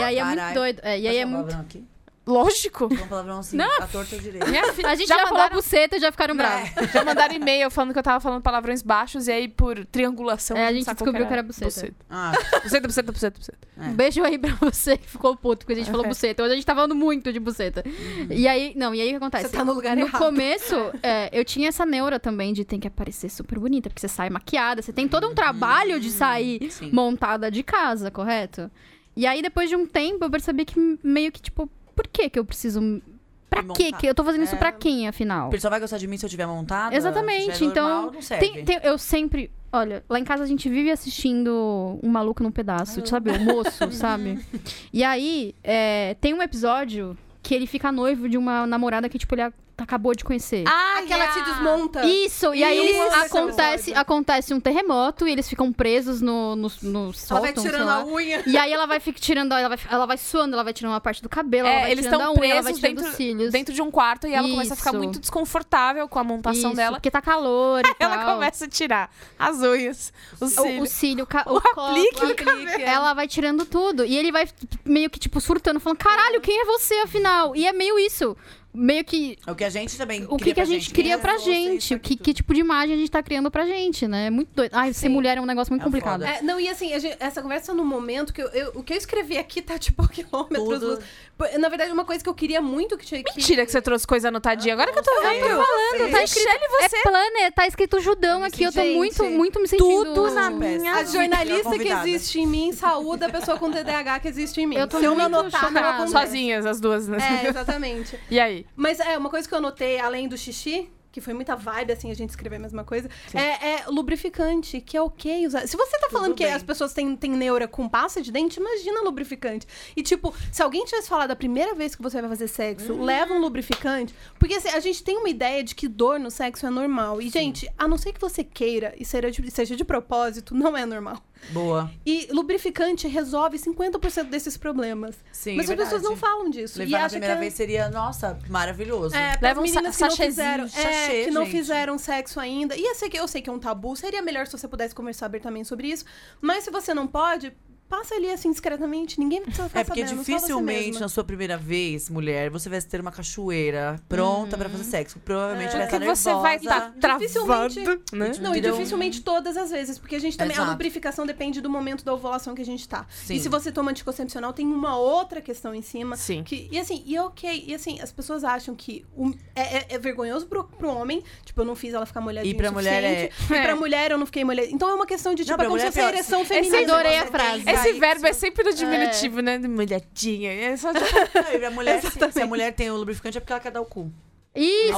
e aí é muito Caralho. doido. É, e aí é Posso falar um muito. palavrão aqui? Lógico. Um palavrão assim, a torta direita. Minha filha, A gente já, já, falou mandaram, buceta e já ficaram bravos. já mandaram e-mail falando que eu tava falando palavrões baixos e aí por triangulação. É, a gente Então sacou descobriu que era buceta. Ah, Buceta, buceta, buceta, buceta. Um beijo aí pra você que ficou puto, porque a gente É. falou buceta. Hoje a gente tá falando muito de buceta. E aí, não, e aí o que acontece? Uhum. Você tá no lugar No errado. começo, é, eu tinha essa neura também de tem que aparecer super bonita, porque você sai maquiada, você tem todo um trabalho de sair sim. montada de casa, correto? E aí, depois de um tempo, eu percebi que meio que, tipo, por que que eu preciso... Pra Me que montar. que eu tô fazendo isso É. pra quem, afinal? o pessoal vai gostar de mim se eu tiver montada? Exatamente, Se tiver normal, então, Não É, serve. Tem- tem- eu sempre. Olha, lá em casa a gente vive assistindo Um Maluco num Pedaço, Ah. sabe? O moço, sabe? E aí, é, tem um episódio que ele fica noivo de uma namorada que, tipo, ele a- acabou de conhecer. Ah, Aquela que se desmonta. Isso, e aí Isso, esse acontece, episódio. acontece um terremoto e eles ficam presos no, no, no Ela sótão, vai sei tirando lá. a unha. E aí ela vai ficar tirando, ela vai, ela vai suando, ela vai tirando uma parte do cabelo, ela É, vai eles tirando a estão unha, ela vai presos tirando os dentro- cílios. Dentro de um quarto e ela começa a ficar Isso. muito desconfortável com a montação Isso, dela. Porque tá calor e Ela tal. começa a tirar as unhas, os O, o cílios. cílio, o, ca- O o copo, aplique no cabelo. Ela vai tirando tudo. E ele vai meio que, tipo, surtando, falando: caralho, quem é você afinal? E é meio isso. Meio que. É O que a gente É, também O que, queria que a pra gente cria Eu pra sou, sei isso, gente? O que, aquilo, que tipo de imagem a gente tá criando pra gente, né? É muito doido. Ai, ser Sim. mulher é um negócio muito É complicado. foda. É, não, e assim, a gente- essa conversa no momento que eu, eu- o que eu escrevi aqui tá tipo a quilômetros. Tudo. luz. Pô, Na verdade, uma coisa que eu queria muito que tinha que. Mentira que você trouxe coisa anotadinha. Agora que eu tô Nossa, vendo. eu tô falando, Tá escrito, é planner, tá escrito Judão aqui. Eu tô Gente, muito, muito me sentindo. Tudo na minha A Nossa, eu jornalista fui que convidada. existe em mim saúda a pessoa com TDAH que existe em mim. Eu tô Se eu não muito anotar, não chocada. acontece. Sozinhas, as duas, né? É, exatamente. E aí? Mas é, uma coisa que eu notei, além do xixi, que foi muita vibe, assim, a gente escrever a mesma coisa, é, é lubrificante, que é ok usar. Se você tá falando que bem. as pessoas têm, têm neura com pasta de dente, imagina lubrificante. E, tipo, se alguém tivesse falado a primeira vez que você vai fazer sexo, leva um lubrificante. Porque assim, a gente tem uma ideia de que dor no sexo é normal. E, gente, a não ser que você queira e seja de, seja de propósito, não é normal. Boa. E lubrificante resolve 50% desses problemas. Sim, Mas é as pessoas verdade. não falam disso. e Levar na acham que primeira é- vez seria, nossa, maravilhoso. é, Leva Leva um meninas sa- que não sachêzinho, fizeram, é, sachê, que não gente. fizeram sexo ainda. E eu sei que eu sei que é um tabu, seria melhor se você pudesse conversar abertamente sobre isso, mas se você não pode, passa ali assim discretamente, ninguém precisa ficar É porque Tá sabendo, assim só você dificilmente mesma. na sua primeira vez, mulher, você vai ter uma cachoeira pronta pra fazer sexo. Provavelmente É. vai Porque estar nervosa. você vai tá- estar travado, Dificilmente- né? Não, e Viram- dificilmente todas as vezes, porque a gente também. Exato. A lubrificação depende do momento da ovulação que a gente tá. Sim. E se você toma anticoncepcional, tem uma outra questão em cima. Sim. Que, e assim, e ok, e assim, as pessoas acham que o- é, é- é vergonhoso pro, pro homem, tipo, eu não fiz ela ficar molhadinha. E pra o mulher é- suficiente, E pra mulher eu não fiquei molhadinha. Então é uma questão de, tipo, pra é como se mulher é fosse a pior. ereção Esse feminina. adorei a você frase. tem- Esse verbo é sempre no diminutivo, né? Mulhadinha. É só tipo... Não, e a mulher, se, se a mulher tem o lubrificante, é porque ela quer dar o cu.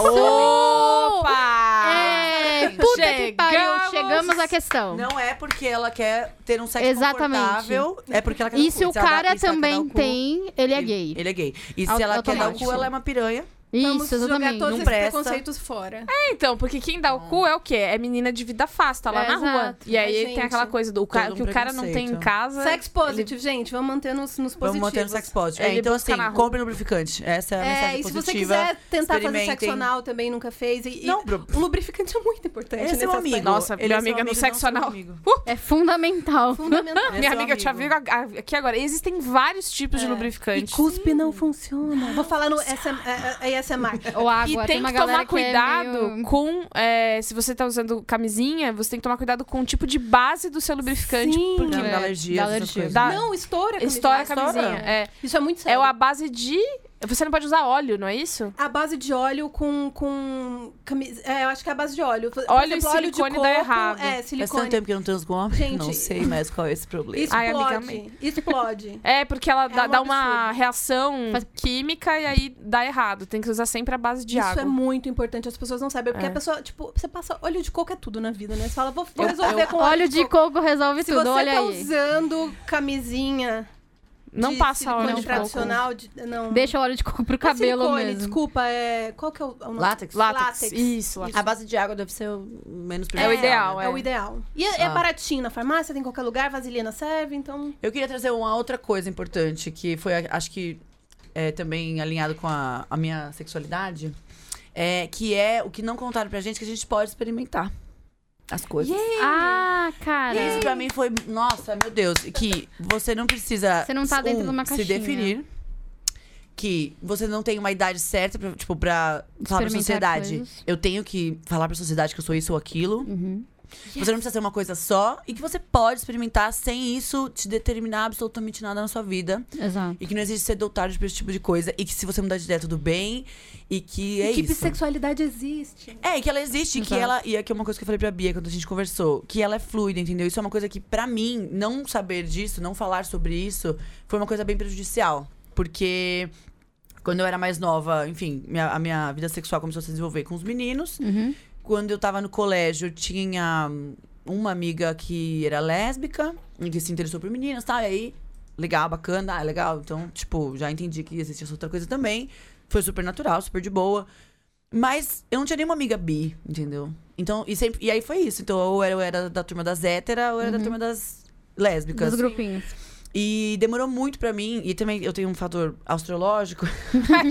Isso! Opa! É, puta que pariu, Chegamos! chegamos à questão. Não é porque ela quer ter um sexo Exatamente. confortável, é porque ela quer dar E o cu. se o ela dá- cara e se ela quer dar também o cu, tem, ele é gay. Ele é gay. E Au- se ela quer dar o automático. cu, ela é uma piranha. Vamos Isso, jogar exatamente. todos Não esses presta. preconceitos fora. Então, porque quem dá o cu é o quê? É menina de vida fácil, tá lá É, na rua. exato. E aí Mas, tem aquela gente, coisa do ca- todo um que o cara não tem em preconceito. casa. Sex positive, gente, vamos manter nos, nos É. Vamos positivos. manter no sexo positivo. É, Ele então, busca assim, na rua. compre lubrificante. Essa é a É, mensagem e se você positiva. quiser tentar fazer experimentem. sexo anal também, nunca fez. E, e- Não, pro- o lubrificante é muito importante. ele é nesse seu aspecto. amigo. Nossa, ele minha é seu amiga no amigo, sexo não seu anal. inimigo. É fundamental. Fundamental. Ele é Minha seu amiga, eu te amigo. aviso a- a- aqui agora. Existem vários tipos de lubrificante. cuspe não funciona. Vou falar no SM, é, é, ASMR. Ou água, E tem uma que galera tomar que é cuidado meio- com. é, se você tá usando camisinha, você tem que tomar cuidado com o tipo de base do seu lubrificante. Sim. porque Não, dá é, alergia. dá essas alergia. coisas. Dá- Não, estoura a camisinha. estoura a camisinha. É, Isso é muito é sério. a base de. Você não pode usar óleo, não é isso? A base de óleo com. com camisa... É, eu acho que é a base de óleo. Por Óleo e exemplo, silicone dá errado. É, Faz tanto silicone. tempo que eu não transo com homem. Gente- Não sei mais qual é esse problema. Explode. Ai, amiga, amei. explode. É, porque ela dá, um dá uma absurdo. reação Faz- química e aí dá errado. Tem que usar sempre a base de Isso água. é muito importante, as pessoas não sabem. Porque É. a pessoa, tipo, você passa óleo de coco é tudo na vida, né? Você fala, vou, vou Eu- resolver eu- com Óleo de coco é resolve Se tudo, você olha tá aí. usando camisinha Não de passa silicone óleo né? de coco. tradicional, de- não. Deixa o óleo de coco pro Não é cabelo silicone, mesmo. desculpa, é... Qual que é o, o nome? Látex? Látex. Látex. Isso, látex. é A base de água deve ser o menos É o prejudicial, ideal, É o ideal. E é, é Ah. baratinho na farmácia, tem em qualquer lugar, vaselina serve, então... Eu queria trazer uma outra coisa importante, que foi, a- acho que é, também alinhado com a, a minha sexualidade, é, que é o que não contaram pra gente, que a gente pode experimentar as coisas. Ah, cara. Isso pra mim foi, nossa, meu Deus, que você não precisa Você não tá dentro um, de uma se caixinha. definir. Que você não tem uma idade certa, pra, tipo, pra falar pra Experimentar sociedade. coisas. Eu tenho que falar pra sociedade que eu sou isso ou aquilo. Uhum. Você não precisa ser uma coisa só e que você pode experimentar sem isso te determinar absolutamente nada na sua vida. Exato. E que não existe ser doutado pra esse tipo de coisa. E que se você mudar de ideia, tudo bem. E que é e que isso. bissexualidade existe. É, e que ela existe, e que Exato. ela. E aqui é uma coisa que eu falei pra Bia quando a gente conversou, que ela é fluida, entendeu? Isso é uma coisa que, pra mim, não saber disso, não falar sobre isso, foi uma coisa bem prejudicial. Porque quando eu era mais nova, enfim, minha- a minha vida sexual começou a se desenvolver com os meninos. Quando eu tava no colégio, eu tinha hum, uma amiga que era lésbica e que se interessou por meninas, tá? E aí, legal, bacana, ah, legal. Então, tipo, já entendi que existia essa outra coisa também. Foi super natural, super de boa. Mas eu não tinha nenhuma amiga bi, entendeu? Então, e, sempre, e aí foi isso. Então, ou eu era da turma das hétera, ou eu era da turma das lésbicas. Dos grupinhos. E demorou muito pra mim. E também eu tenho um fator astrológico.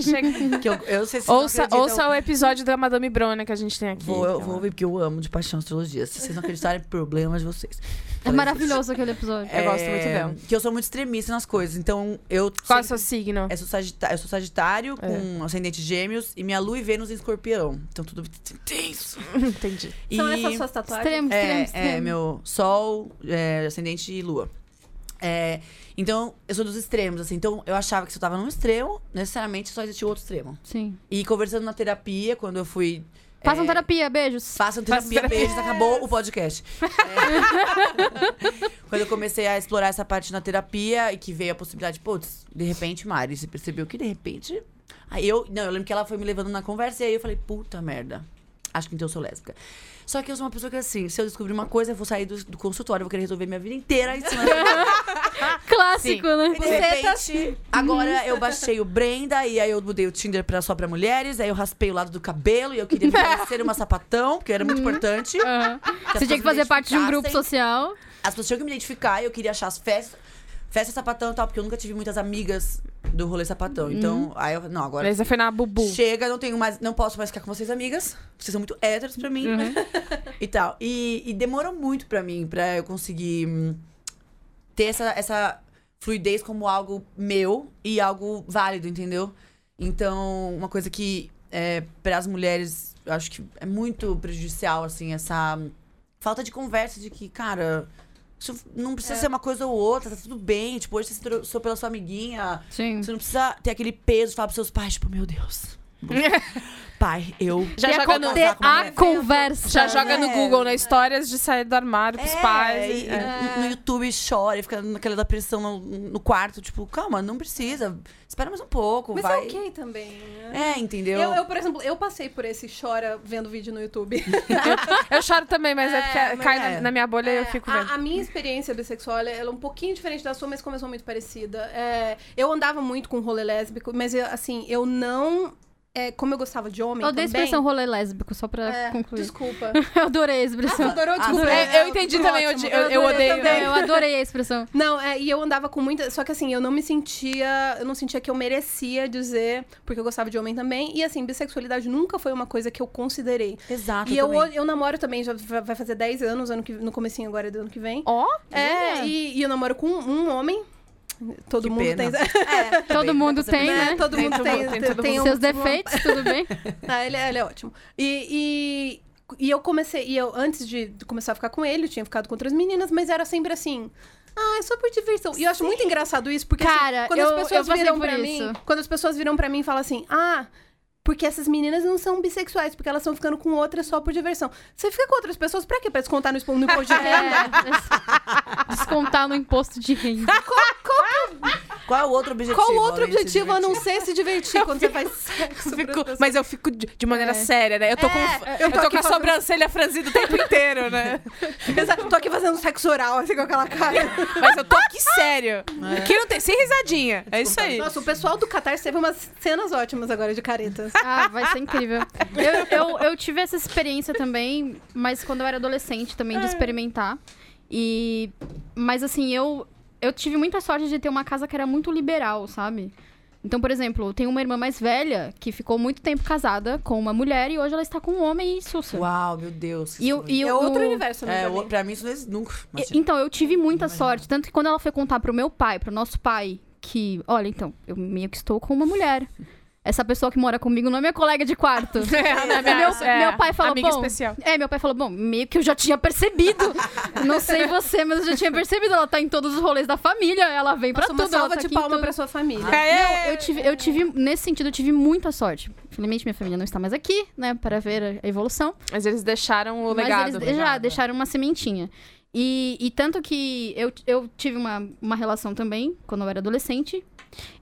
Chega. Que eu, eu não sei se vocês não Ouça, acreditam. ouça o episódio da Madame Brona que a gente tem aqui. Vou, eu vou ouvir, porque eu amo de paixão astrologia. Se vocês não acreditarem, é problema de vocês. É maravilhoso aquele episódio. É, Eu gosto muito dela. Que eu sou muito extremista nas coisas. Então, eu. Qual é o sempre- seu signo? eu sou sagita- eu sou sagitário, É. com ascendente gêmeos, e minha lua e Vênus em escorpião. Então, tudo intenso. Entendi. São E- essas suas tatuagens? Extremo, extremo, É, extremo. é, meu sol, é, ascendente e lua. É, então, eu sou dos extremos, assim. Então, eu achava que se eu tava num extremo, necessariamente só existia o outro extremo. Sim. E conversando na terapia, quando eu fui. Façam é, terapia, beijos. Façam terapia, terapia. beijos, acabou o podcast. É. Quando eu comecei a explorar essa parte na terapia e que veio a possibilidade, putz, de repente, Mari, você percebeu que de repente. Aí eu. Não, eu lembro que ela foi me levando na conversa e aí eu falei, puta merda. Acho que então eu sou lésbica. Só que eu sou uma pessoa que, assim, se eu descobrir uma coisa, eu vou sair do, do consultório, eu vou querer resolver minha vida inteira em cima da Clássico, né? e de repente, agora eu baixei o Brenda e aí eu mudei o Tinder pra só pra mulheres, aí eu raspei o lado do cabelo e eu queria parecer uma sapatão, porque era muito importante. Aham. as Você tinha pessoas que fazer me parte de um grupo identificassem. social. As pessoas tinham que me identificar e eu queria achar as festas. Festa sapatão e tal, porque eu nunca tive muitas amigas do rolê sapatão. Uhum. Então, aí eu. Não, agora. Beleza, foi na Bubu. Chega, não tenho mais, não posso mais ficar com vocês amigas. Vocês são muito héteros pra mim. né? e tal. E, e demorou muito pra mim, pra eu conseguir hum, ter essa, essa fluidez como algo meu e algo válido, entendeu? Então, uma coisa que é, para as mulheres eu acho que é muito prejudicial, assim, essa falta de conversa de que, cara. Isso não precisa ser uma coisa ou outra, tá tudo bem. Tipo, hoje você se trouxe pela sua amiguinha, Sim. você não precisa ter aquele peso de falar pros seus pais, tipo, meu Deus. Pai, eu. Já E joga a, no, con- ter a conversa. já joga no Google, né? Histórias de sair do armário pros É, pais. e- e- é. e No YouTube chora e fica naquela depressão no, no quarto, tipo, calma, não precisa. Espera mais um pouco, Mas vai. é ok também, né? É, entendeu? Eu, eu, por exemplo, eu passei por esse chora vendo vídeo no YouTube. Eu choro também, mas é, É, porque mas cai é. na, na minha bolha e eu É, fico vendo. a, a minha experiência bissexual ela, ela é um pouquinho diferente da sua, mas começou muito parecida. É, eu andava muito com rolê lésbico, mas eu, assim, eu não. é, como eu gostava de homem. Eu odeio a também, expressão rolê lésbico, só pra é, concluir. Desculpa. Eu adorei a Ah, você expressão. adorou, desculpa. É, É, eu entendi tudo também, eu ótimo. de- eu- eu adorei odeio- também. eu adorei a expressão. Não, é, e eu andava com muita. Só que assim, eu não me sentia. Eu não sentia que eu merecia dizer, porque eu gostava de homem também. E assim, bissexualidade nunca foi uma coisa que eu considerei. Exato. e eu, Ah, também. eu namoro também, já va- vai fazer 10 anos, ano que, no comecinho agora do ano que vem. Ó, É, e, e eu namoro com um homem. Todo Que mundo pena. tem. É, Todo mundo tem, né? né? Todo Tem mundo todo tem, mundo, tem tem- todo tem um- Seus um- defeitos, tudo bem? Ah, ele, é- ele é ótimo. E, e, e eu comecei, e eu, antes de começar a ficar com ele, eu tinha ficado com outras meninas, mas era sempre assim. Ah, é só por diversão. E eu acho muito engraçado isso, porque assim, Cara, quando eu- as pessoas eu passei viram por pra isso. mim. Quando as pessoas viram pra mim e falam assim, ah. Porque essas meninas não são bissexuais, porque elas estão ficando com outras só por diversão. Você fica com outras pessoas pra quê? Pra descontar no esposo no imposto de renda? É. Descontar no imposto de renda. Qual é o outro objetivo? Qual outro além de se objetivo a divertir? não ser se divertir quando você faz sexo? eu pras fico- pessoas? mas eu fico de, de maneira séria, né? Eu tô, com, eu tô, com a sobrancelha franzida o tempo inteiro, né? Exato, tô aqui fazendo sexo oral, assim, com aquela cara. Mas eu tô aqui sério. É. Aqui não tem, sem risadinha. É isso aí. Nossa, o pessoal do Catar teve umas cenas ótimas agora de caretas. Ah, vai ser incrível. Eu, eu, eu tive essa experiência também, mas quando eu era adolescente também, de experimentar. E... Mas assim, eu, eu tive muita sorte de ter uma casa que era muito liberal, sabe? Então, por exemplo, tem uma irmã mais velha que ficou muito tempo casada com uma mulher e hoje ela está com um homem e sussa. Uau, meu Deus. E, o- e é o- outro o- universo, É, né? pra mim? o- pra mim isso não existe nunca. tipo, E- tipo, Imagina. Então, eu tive muita sorte. Tanto que quando ela foi contar pro meu pai, pro nosso pai, que, olha, então, eu meio que estou com uma mulher. Essa pessoa que mora comigo não é minha colega de quarto. É, meu, meu pai falou, Amiga bom... especial. É, meu pai falou, bom, meio que eu já tinha percebido. não sei você, mas eu já tinha percebido. Ela tá em todos os rolês da família, ela vem pra Nossa, tudo. uma ela salva tá de aqui em palma tudo. pra sua família. Aê! Eu tive, eu tive, nesse sentido, eu tive muita sorte. Infelizmente, minha família não está mais aqui, né, para ver a evolução. Mas eles deixaram o Mas legado. né? eles de- já deixaram uma sementinha. E, e tanto que eu, eu tive uma, uma relação também, quando eu era adolescente,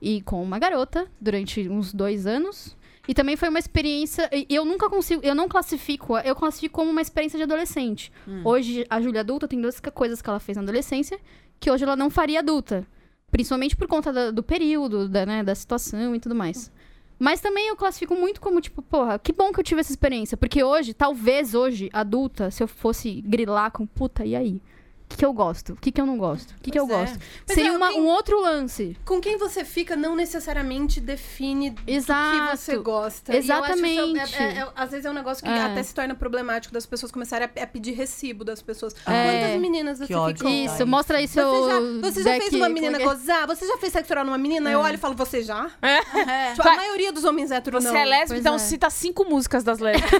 e com uma garota, durante uns dois anos. E também foi uma experiência. e- e Eu nunca consigo. Eu não classifico. Eu classifico como uma experiência de adolescente. Hum. Hoje, a Júlia adulta tem duas ca- coisas que ela fez na adolescência que hoje ela não faria adulta. Principalmente por conta da- do, período, da, né, da situação e tudo mais. Mas também eu classifico muito como, tipo, porra, que bom que eu tive essa experiência. Porque hoje, talvez hoje, adulta, se eu fosse grilar com puta, e aí? O que, que eu gosto? O que, que eu não gosto? O que, que eu Pois é. gosto? Mas Seria eu uma- tenho- um outro lance. Com quem você fica não necessariamente define do que Exato. você gosta. E eu acho Exatamente. isso é- é- é- às vezes é um negócio que É. até se torna problemático das pessoas começarem a, a pedir recibo das pessoas. É. Quantas meninas você Que ódio. ficou? Conta Isso, isso. mostra aí seu. Você já, você já fez deck- uma menina como é que é? gozar? Você já fez sexo oral numa menina? Eu olho e falo, você já? É. Tipo, a maioria dos homens héteros Você não. é lésbica, Pois então é. cita cinco músicas das lésbicas.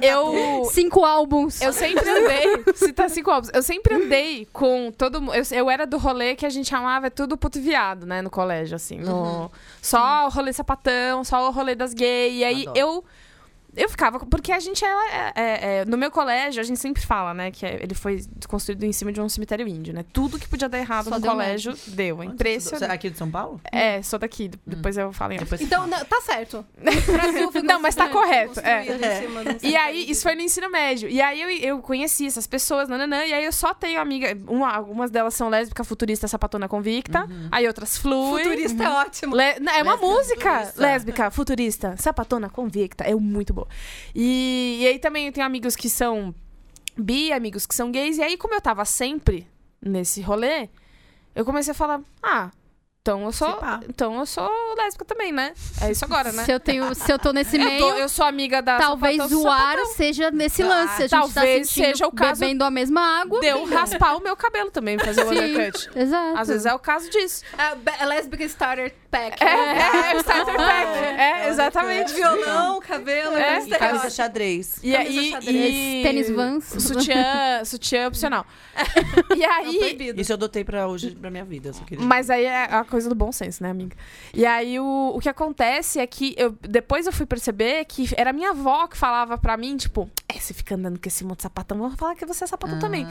eu, Cinco álbuns. Eu sempre andei, citar cinco ovos, eu sempre andei com todo mundo. Eu, eu era do rolê que a gente chamava é tudo puto viado, né? No colégio, assim. No, Uhum. Só o rolê sapatão, só o rolê das gays. E aí Adoro. eu. Eu ficava, porque a gente era. é, é, no meu colégio, a gente sempre fala, né? Que é- ele foi construído em cima de um cemitério índio, né? Tudo que podia dar errado Só no deu colégio deu. É Onde você- impressionante. Aqui de São Paulo? É, sou daqui, de- depois eu falo em off. Depois você Então, fala. não, tá certo. O Brasil foi Não, mas tá construído- correto, é. construído em cima de um E aí, certo isso foi no ensino médio. E aí eu, eu conheci essas pessoas, nananã, e aí eu só tenho amiga. Uma, algumas delas são lésbica, futurista, sapatona convicta. Aí outras flui. Futurista é ótimo. Le- não, é uma Lésbica música futurista. lésbica, futurista, sapatona convicta. É muito boa. E, e aí também eu tenho amigos que são bi, amigos que são gays. E aí, como eu tava sempre nesse rolê, eu comecei a falar: ah, Então eu sou. Se pá. Então eu sou lésbica também, né? É isso agora, né? Se eu, tenho, se eu tô nesse É Eu, meio, tô- eu sou amiga da. talvez sapatão, o ar sapatão. seja nesse lance. A gente tá talvez sentindo, seja o caso- bebendo a mesma água. Deu raspar o meu cabelo também, fazer o undercut. Sim, exato. Às vezes é o caso disso. A, be- a Lesbic Starter Pack. É, é, é o starter pack. É, exatamente. Violão, cabelo, É. aquele E camisa estereótipo. xadrez. E Camisa aí. xadrez, E... Tênis Vans. Sutiã, sutiã opcional. E aí, Proibido. Isso eu adotei pra hoje, pra minha vida. Só queria... Mas aí é a coisa do bom senso, né, amiga? E aí o, o que acontece é que eu, depois eu fui perceber que era minha avó que falava pra mim, tipo, é, você fica andando com esse monte de sapatão, vou falar que você é sapatão Ah. também.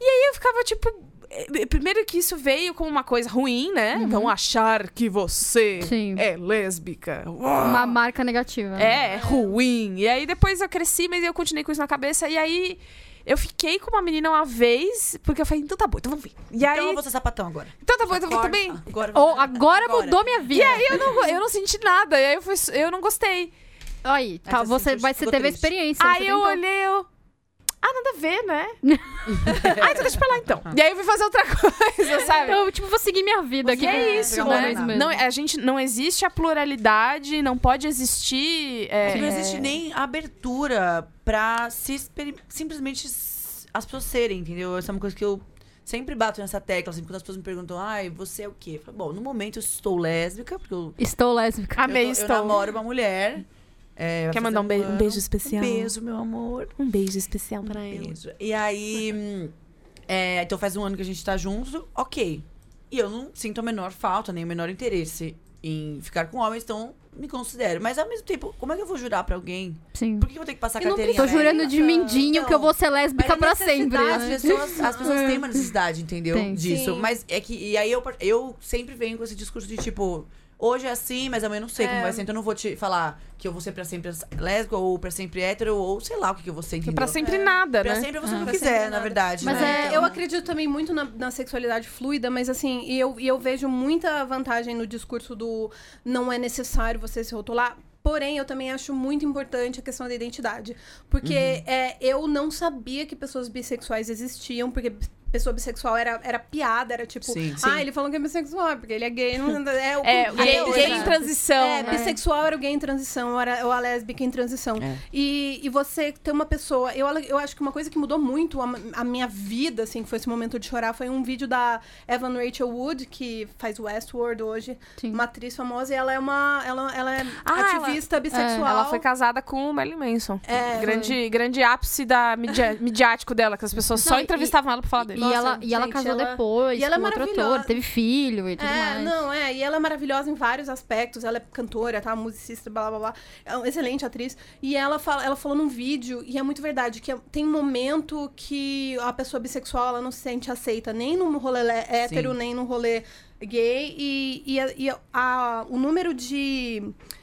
E eu ficava tipo. eh, Primeiro que isso veio como uma coisa ruim, né? Uhum. Então achar que você Sim. é lésbica. uau, Uma marca negativa. é, ruim. E aí depois eu cresci, mas eu continuei com isso na cabeça. E aí eu fiquei com uma menina uma vez, porque eu falei, então tá bom, então vamos ver. E aí. Então eu vou ser sapatão agora. Então tá bom, então vou Agora- também. Agora, Ou agora, mudou minha vida. E aí eu não, go- eu não senti nada, e aí eu, fui, eu não gostei. Aí, tá, Aí você você, sentiu, vai, você ficou teve a triste. experiência. aí você eu tentou. olhei, eu... Ah, nada a ver, né? ah, então deixa pra lá então. E aí eu fui fazer outra coisa, sabe? Então, tipo, vou seguir minha vida aqui. E é com isso, homens né? mesmo. Não, a gente não existe a pluralidade, não pode existir. é, Não existe nem abertura pra se experi- simplesmente s- as pessoas serem, entendeu? Essa é uma coisa que eu sempre bato nessa tecla, sempre quando as pessoas me perguntam, ai, você é o quê? Eu falo, Bom, no momento eu estou lésbica, porque eu, Estou lésbica. A eu, meia tô- eu estou. namoro uma mulher. é, vai Quer fazer mandar um, be- um ano. beijo especial? Um beijo, meu amor. Um beijo especial pra Um ele. beijo. E aí, hum, é, então faz um ano que a gente tá junto, ok. E eu não sinto a menor falta, nem o menor interesse em ficar com homens, então me considero. Mas ao mesmo tempo, como é que eu vou jurar pra alguém? Sim. Por que eu vou ter que passar E não carteirinha? Tô né? jurando de Nossa. mindinho que eu vou ser Então, Mas lésbica a pra necessidade, sempre. As né? pessoas, as pessoas têm uma necessidade, entendeu? Tem. Disso. Sim. Mas é que. E aí eu, par- eu sempre venho com esse discurso de tipo. Hoje é assim, mas amanhã eu não sei como vai ser. Então eu não vou te falar que eu vou ser pra sempre lésbica ou pra sempre hétero ou sei lá o que, que eu vou ser, entendeu? Pra sempre nada, Pra né? sempre você não Pra sempre quiser, na nada. verdade. Mas né? é- Então- Ah. Eu acredito também muito na, na sexualidade fluida, mas assim, e eu, e eu vejo muita vantagem no discurso do não é necessário você se rotular. Porém, eu também acho muito importante a questão da identidade. Porque Uhum. é, eu não sabia que pessoas bissexuais existiam, porque b- pessoa bissexual era, era piada, era tipo, Sim, ah, sim. ele falou que é bissexual, é porque ele é gay. Não, é o É, contrário. gay, Até gay hoje, em né? transição. É, né? bissexual era o gay em transição, era ou a lésbica em transição. É. E, e você ter uma pessoa. Eu, eu acho que uma coisa que mudou muito a, a minha vida, assim, que foi esse momento de chorar, foi um vídeo da Evan Rachel Wood, que faz Westworld hoje, Sim. uma atriz famosa, e ela é uma. Ela, ela é Ah, ativista bissexual. Ela foi casada com o Marilyn Manson. É, grande, grande ápice da mídia, midiático dela, que as pessoas Não, só e- entrevistavam ela pra falar dele. né? E Nossa, ela, e ela gente, casou ela- depois e ela é com outro maravilhosa. ator, teve filho e tudo É, mais. não, é. E ela é maravilhosa em vários aspectos. Ela é cantora, tá? Musicista, blá blá blá. É uma excelente atriz. E ela, fala, ela falou num vídeo, e é muito verdade, que é- tem um momento que a pessoa bissexual ela não se sente aceita nem no rolê lé- hétero, nem no rolê gay. E, e, a- e a- a- o número de.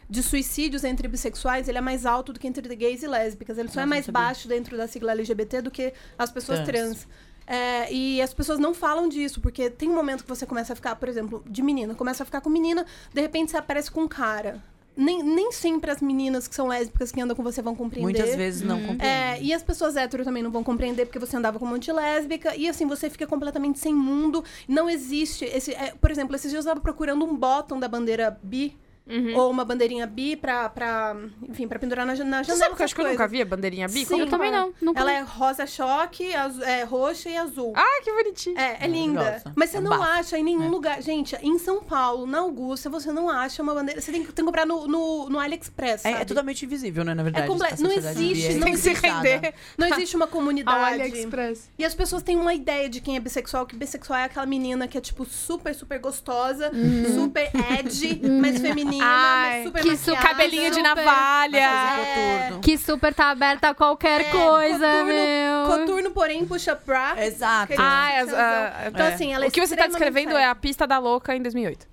De suicídios entre bissexuais, ele é mais alto do que entre gays e lésbicas. Ele só é Nossa, não mais sabia. baixo dentro da sigla LGBT do que as pessoas Trans. trans. É, e as pessoas não falam disso, porque tem um momento que você começa a ficar, por exemplo, de menina, começa a ficar com menina, de repente você aparece com um cara. Nem, nem sempre as meninas que são lésbicas que andam com você vão compreender. Muitas vezes não compreendo. né? É, e as pessoas hétero também não vão compreender, porque você andava com um monte de lésbica, e assim, você fica completamente sem mundo. Não existe. Esse, é, por exemplo, esses dias eu tava procurando um bottom da bandeira bi. Ou uma bandeirinha bi pra, pra, enfim, pra pendurar na, jan- na janela. Você sabe que eu acho essas que eu nunca coisas. vi a bandeirinha bico? Sim, eu também claro. não. Nunca Ela vi. é rosa choque, azu- é, roxa e azul. Ah, que bonitinho. É, é Maravilhosa. linda. Mas você É não bafo, acha em nenhum né? lugar. Gente, em São Paulo, na Augusta, você não acha uma bandeira. Você tem que, tem que comprar no, no, no AliExpress. É, sabe? é totalmente invisível, né, na verdade. É comple- a Não sociedade existe, bi é não Tem que se invisibilizada. render Não existe uma ao comunidade. AliExpress. E as pessoas têm uma ideia de quem é bissexual, que bissexual é aquela menina que é, tipo, super, super gostosa, super edgy, mas feminina, Uhum. Ai, mas super que maquiada. Cabelinho de Super. navalha. Mas coturno. Que super tá aberta a qualquer É, coisa, É, meu. coturno- Coturno, porém, puxa pra... Exato. Que- Ah, as- Então, a- então, assim, ela é o que você tá extremamente descrevendo é a pista da louca em 2008.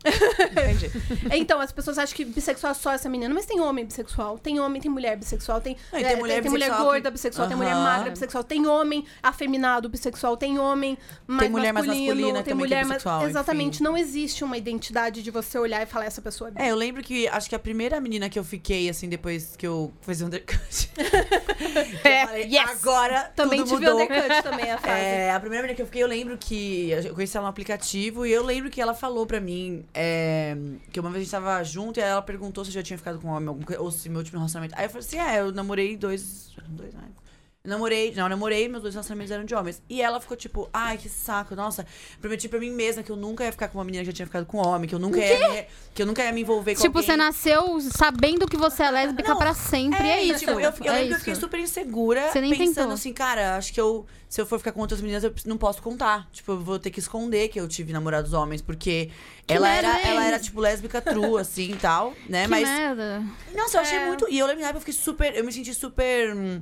Entendi. Então, as pessoas acham que bissexual é só essa menina, mas tem homem bissexual, tem homem, tem mulher bissexual, tem, Não, e eh, tem mulher bissexual que- gorda bissexual, tem mulher Aham. magra bissexual, tem homem afeminado bissexual, tem homem mais Tem mulher mais masculino, masculina tem também que é mulher mais- bissexual, Exatamente, enfim. não existe uma identidade de você olhar e falar essa pessoa é bi. É, eu lembro que acho que a primeira menina que eu fiquei, assim, depois que eu fiz o undercut. eu falei, agora É, Também tudo tive o mudou. undercut também a fase. É, a primeira menina que eu fiquei, eu lembro que. Eu conheci ela no aplicativo e eu lembro que ela falou pra mim é, que uma vez a gente tava junto e aí ela perguntou se eu já tinha ficado com um homem alguma coisa, ou se meu último relacionamento. Aí eu falei assim: é, eu namorei dois. Dois, né? Eu Namorei, não, eu namorei, meus dois relacionamentos eram de homens. E ela ficou tipo, ai, que saco, nossa. Prometi pra mim mesma que eu nunca ia ficar com uma menina que já tinha ficado com um homem, que eu nunca ia, me, que eu nunca ia me envolver com Tipo, alguém. você nasceu sabendo que você é lésbica Não, pra sempre. É, e, isso. tipo, eu, eu é lembro que eu isso. fiquei super insegura, Você nem pensando tentou. assim, cara, acho que eu, se eu for ficar com outras meninas, eu não posso contar. Tipo, eu vou ter que esconder que eu tive namorados homens, porque ela merda, era, hein? ela era, tipo, lésbica true, assim e tal, né? Que Mas. merda. É. Nossa, eu achei muito. E eu lembro na época eu fiquei super. Eu me senti super. hum,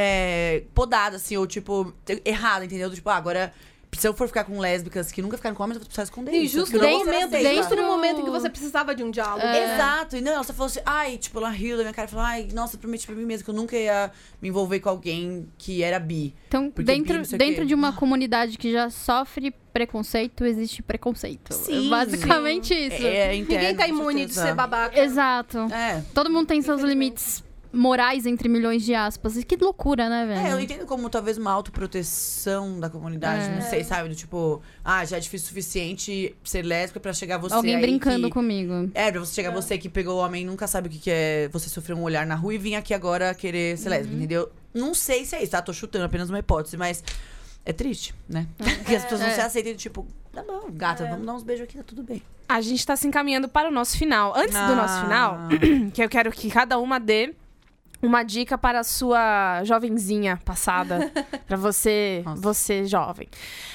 é, podada, assim, ou tipo, te- errada, entendeu? Tipo, ah, agora. Se eu for ficar com lésbicas que nunca ficaram com homens, eu vou precisar esconder E isso. justo porque eu no, não vou ser momento, aceita. justo no dentro- momento em que você precisava de um diálogo. É. Exato. E não, ela só falou assim, ai, tipo, ela riu da minha cara e falou, ai, nossa, eu prometi pra mim mesma que eu nunca ia me envolver com alguém que era bi. Então, Porque bi, dentro, não sei o dentro quê. de uma comunidade que já sofre preconceito, existe preconceito. Sim. é basicamente isso. É, Ninguém tá imune de ser babado. babaca. Exato. É. Todo mundo tem seus limites morais, entre milhões de aspas. E que loucura, né, velho? É, eu entendo como talvez uma autoproteção da comunidade, É. não sei, sabe? Do tipo, ah, já é difícil o suficiente ser lésbica pra chegar você Alguém aí brincando que... comigo. É, pra você chegar você que pegou o homem e nunca sabe o que, que é você sofrer um olhar na rua e vir aqui agora querer ser lésbica, Uhum. entendeu? Não sei se é isso, tá? Tô chutando apenas uma hipótese, mas é triste, né? É, Porque as pessoas não se aceitam, tipo, tá bom, gata, vamos dar uns beijos aqui, tá tudo bem. A gente tá se encaminhando para o nosso final. Antes do Ah. nosso final, que eu quero que cada uma dê uma dica para a sua jovenzinha passada, para você, Nossa. você jovem.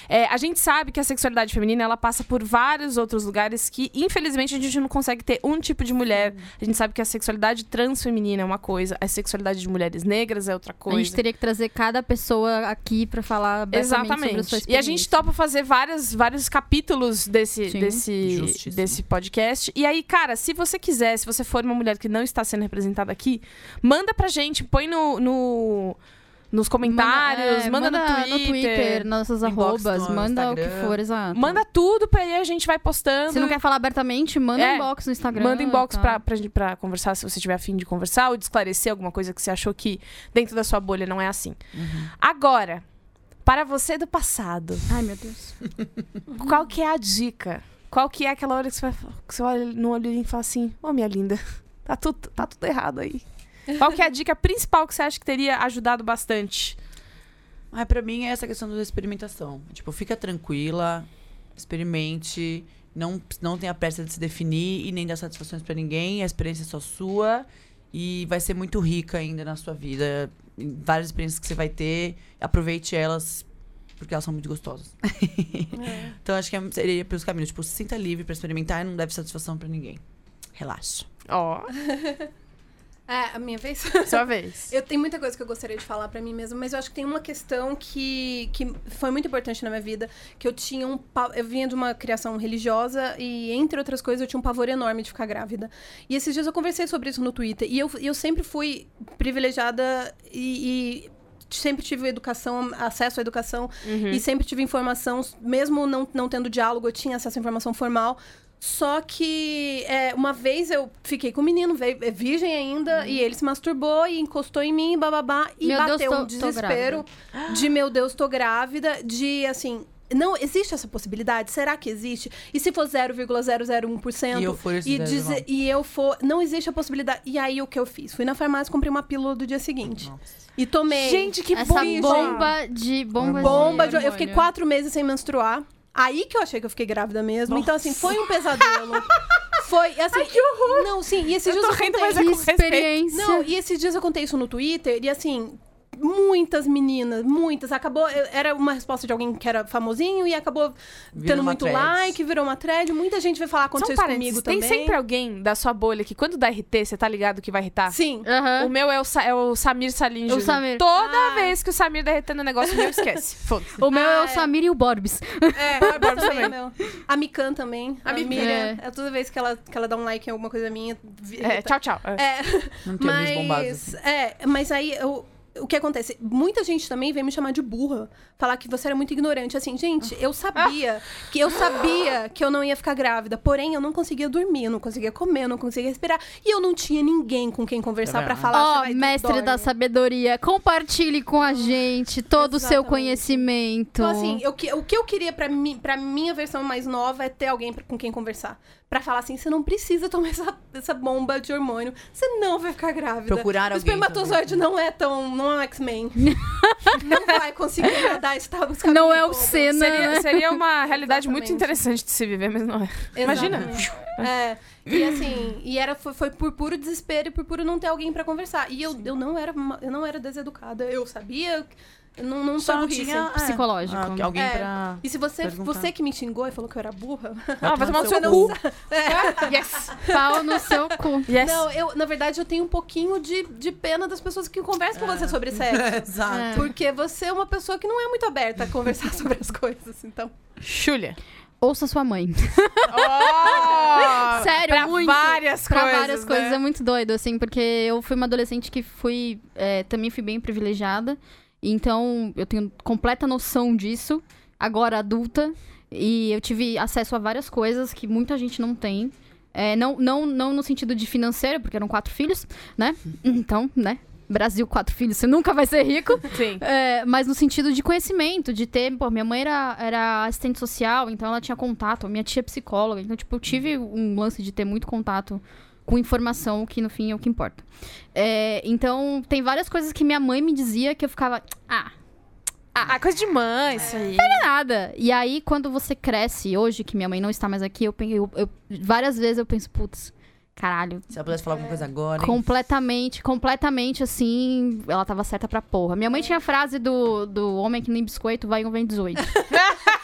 É, a gente sabe que a sexualidade feminina ela passa por vários outros lugares que infelizmente a gente não consegue ter um tipo de mulher. A gente sabe que a sexualidade transfeminina é uma coisa, a sexualidade de mulheres negras é outra coisa. A gente teria que trazer cada pessoa aqui pra falar abertamente sobre a sua Exatamente. E a gente experiência. topa fazer várias, vários capítulos desse, Sim. desse, Justíssimo. desse podcast. E aí, cara, se você quiser, se você for uma mulher que não está sendo representada aqui, manda pra gente, põe no. no- nos comentários, é, manda, no, Twitter, nossas inbox arrobas, no manda o que Instagram. for, exato. Manda tudo pra aí, a gente vai postando. Se não quer falar abertamente, manda É, inbox no Instagram. Manda inbox tá? pra, pra, gente- pra conversar se você tiver afim de conversar ou de esclarecer alguma coisa que você achou que dentro da sua bolha não é assim. Uhum. Agora, para você do passado, Ai, meu Deus. Qual que é a dica? Qual que é aquela hora que você, vai, fa- que você olha no olho e fala assim, ô minha linda, tá tudo, tá tudo errado aí. Qual que é a dica principal que você acha que teria ajudado bastante? Mas pra mim é essa questão da experimentação. Tipo, fica tranquila, experimente, não, não tenha pressa de se definir e nem dar satisfações pra ninguém. A experiência é só sua e vai ser muito rica ainda na sua vida. Em Várias experiências que você vai ter, aproveite elas porque elas são muito gostosas. então acho que é- seria pelos caminhos. Tipo, se sinta livre pra experimentar e não deve satisfação pra ninguém. Relaxa. Ó, É, a minha vez? sua vez. Eu tenho muita coisa que eu gostaria de falar pra mim mesma, mas eu acho que tem uma questão que, que foi muito importante na minha vida, que eu tinha um pa- eu vinha de uma criação religiosa e entre outras coisas eu tinha um pavor enorme de ficar grávida. E esses dias eu conversei sobre isso no Twitter e eu, eu sempre fui privilegiada e, e sempre tive educação, acesso à educação Uhum. e sempre tive informação, mesmo não, não tendo diálogo, eu tinha acesso à informação formal. Só que é, uma vez eu fiquei com o menino, veio, é virgem ainda, e ele se masturbou e encostou em mim, bababá, e Uhum. Meu bateu Deus, tô- tô um desespero de meu Deus, tô grávida, de assim. Não, existe essa possibilidade? Será que existe? E se for 0,001%? E eu for esse e, 0,1? dizer- e eu for. Não existe a possibilidade. E aí o que eu fiz? Fui na farmácia, comprei uma pílula do dia seguinte. E tomei. Gente, que Essa bom! bomba de... Bomba, bomba de... de Eu fiquei hormônio. quatro meses sem menstruar. Aí que eu achei que eu fiquei grávida mesmo. Então, assim, foi um pesadelo. foi, assim... que horror! Não, sim, e esses Eu dias tô eu rindo, contei... mas é Que com respeito. experiência. Não, e esses dias eu contei isso no Twitter e assim. Muitas meninas, muitas. Acabou. eu- Era uma resposta de alguém que era famosinho e acabou Virou tendo uma muito thread. like, virou uma thread. Muita gente vai falar, Só um aconteceu isso parênteses, comigo tem também. sempre alguém da sua bolha que quando dá RT, você tá ligado que vai irritar? Sim. Aham. O meu é o, Sa- é o Samir Salim. Júnior. Samir. Toda vez que o Samir derretendo o negócio, meu esquece. Foda-se. O meu é Ah, o é. Samir e o Borbs. É, a Barbie também, meu. A Mikan também. A, Mikan. Miriam. É. É toda vez que ela, que ela dá um like em alguma coisa minha. vi- É, tchau, tchau. É. É. Não tenho mais bombados. Mas, é, mas aí eu, o que acontece? Muita gente também vem me chamar de burra, falar que você era muito ignorante. Assim, gente, eu sabia que eu sabia que eu não ia ficar grávida, porém eu não conseguia dormir, eu não conseguia comer, eu não conseguia respirar e eu não tinha ninguém com quem conversar pra falar. "Você Ó, vai- mestre dorme." da sabedoria, compartilhe com a gente todo o seu Exatamente. conhecimento. Então, assim, eu, que- o que eu queria pra, mim, pra minha versão mais nova é ter alguém pra- com quem conversar. Pra falar assim, você não precisa tomar essa, essa bomba de hormônio, você não vai ficar grávida. Procurar o alguém espermatozoide não é tão. não é um X-Men. não vai conseguir rodar esse tal não é o Senna, né? Seria, seria uma realidade muito Exatamente. interessante de se viver, mas não é. Imagina. É, e assim, e era, foi, foi por puro desespero e por puro não ter alguém pra conversar. E eu, eu, não era, uma- eu não era deseducada, eu sabia. eu Não, não Só foi não burrice. tinha é, Psicológico. né? al- alguém É. pra. E se você, Perguntar. você que me xingou e falou que eu era burra. Ah, vai tomar no seu não cu. Yes. Pau no seu cu. Yes. Não, eu, na verdade, eu tenho um pouquinho de, de pena das pessoas que conversam com você sobre sexo. Exato. É. Porque você é uma pessoa que não é muito aberta a conversar sobre as coisas, então. Júlia. Ouça sua mãe. Oh, Sério, pra muito. várias pra coisas. várias né? coisas. É muito doido, assim, porque eu fui uma adolescente que fui. é, também fui bem privilegiada. Então, eu tenho completa noção disso. Agora adulta. E eu tive acesso a várias coisas que muita gente não tem. É, não, não, não no sentido de financeiro, porque eram quatro filhos, né? Então, né? Brasil, quatro filhos, você nunca vai ser rico. Sim. É, mas no sentido de conhecimento, de ter. Pô, minha mãe era, era assistente social, então ela tinha contato. Minha tia é psicóloga. Então, tipo, eu tive um lance de ter muito contato com informação, que no fim é o que importa. É, então, tem várias coisas que minha mãe me dizia que eu ficava. Ah, Ah, coisa de mãe, isso aí. é nada. E aí, quando você cresce, hoje que minha mãe não está mais aqui, eu, pe- eu, eu várias vezes eu penso, putz, caralho, Se ela pudesse falar alguma É. coisa agora. hein? Completamente, completamente assim, ela tava certa pra porra. Minha mãe tinha a frase do, do homem que nem biscoito vai e um vem 18.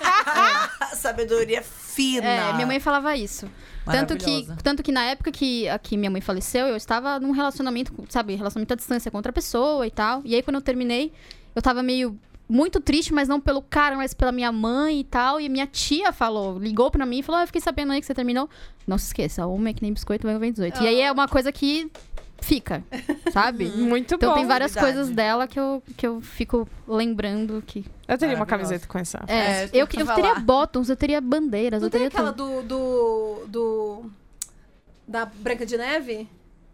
Ah, Sabedoria fina. é, minha mãe falava isso. Tanto que, Maravilhosa. tanto que na época que, a- que minha mãe faleceu, eu estava num relacionamento, com- sabe, relacionamento à distância com outra pessoa e tal. E aí quando eu terminei, eu tava meio muito triste, mas não pelo cara, mas pela minha mãe e tal. E minha tia falou, ligou pra mim e falou: ah, eu fiquei sabendo aí que você terminou. Não se esqueça, homem é que nem biscoito vai e um vem 18. E aí é uma coisa que fica, sabe? Muito Então bom. tem várias novidade. coisas dela que eu, que eu fico lembrando que. Eu teria uma Maravilhosa. camiseta com essa. É, É, isso que eu, eu ia eu falar. teria bottoms, eu teria bandeiras, Não eu tem teria aquela tudo. do, do. do- da Branca de Neve?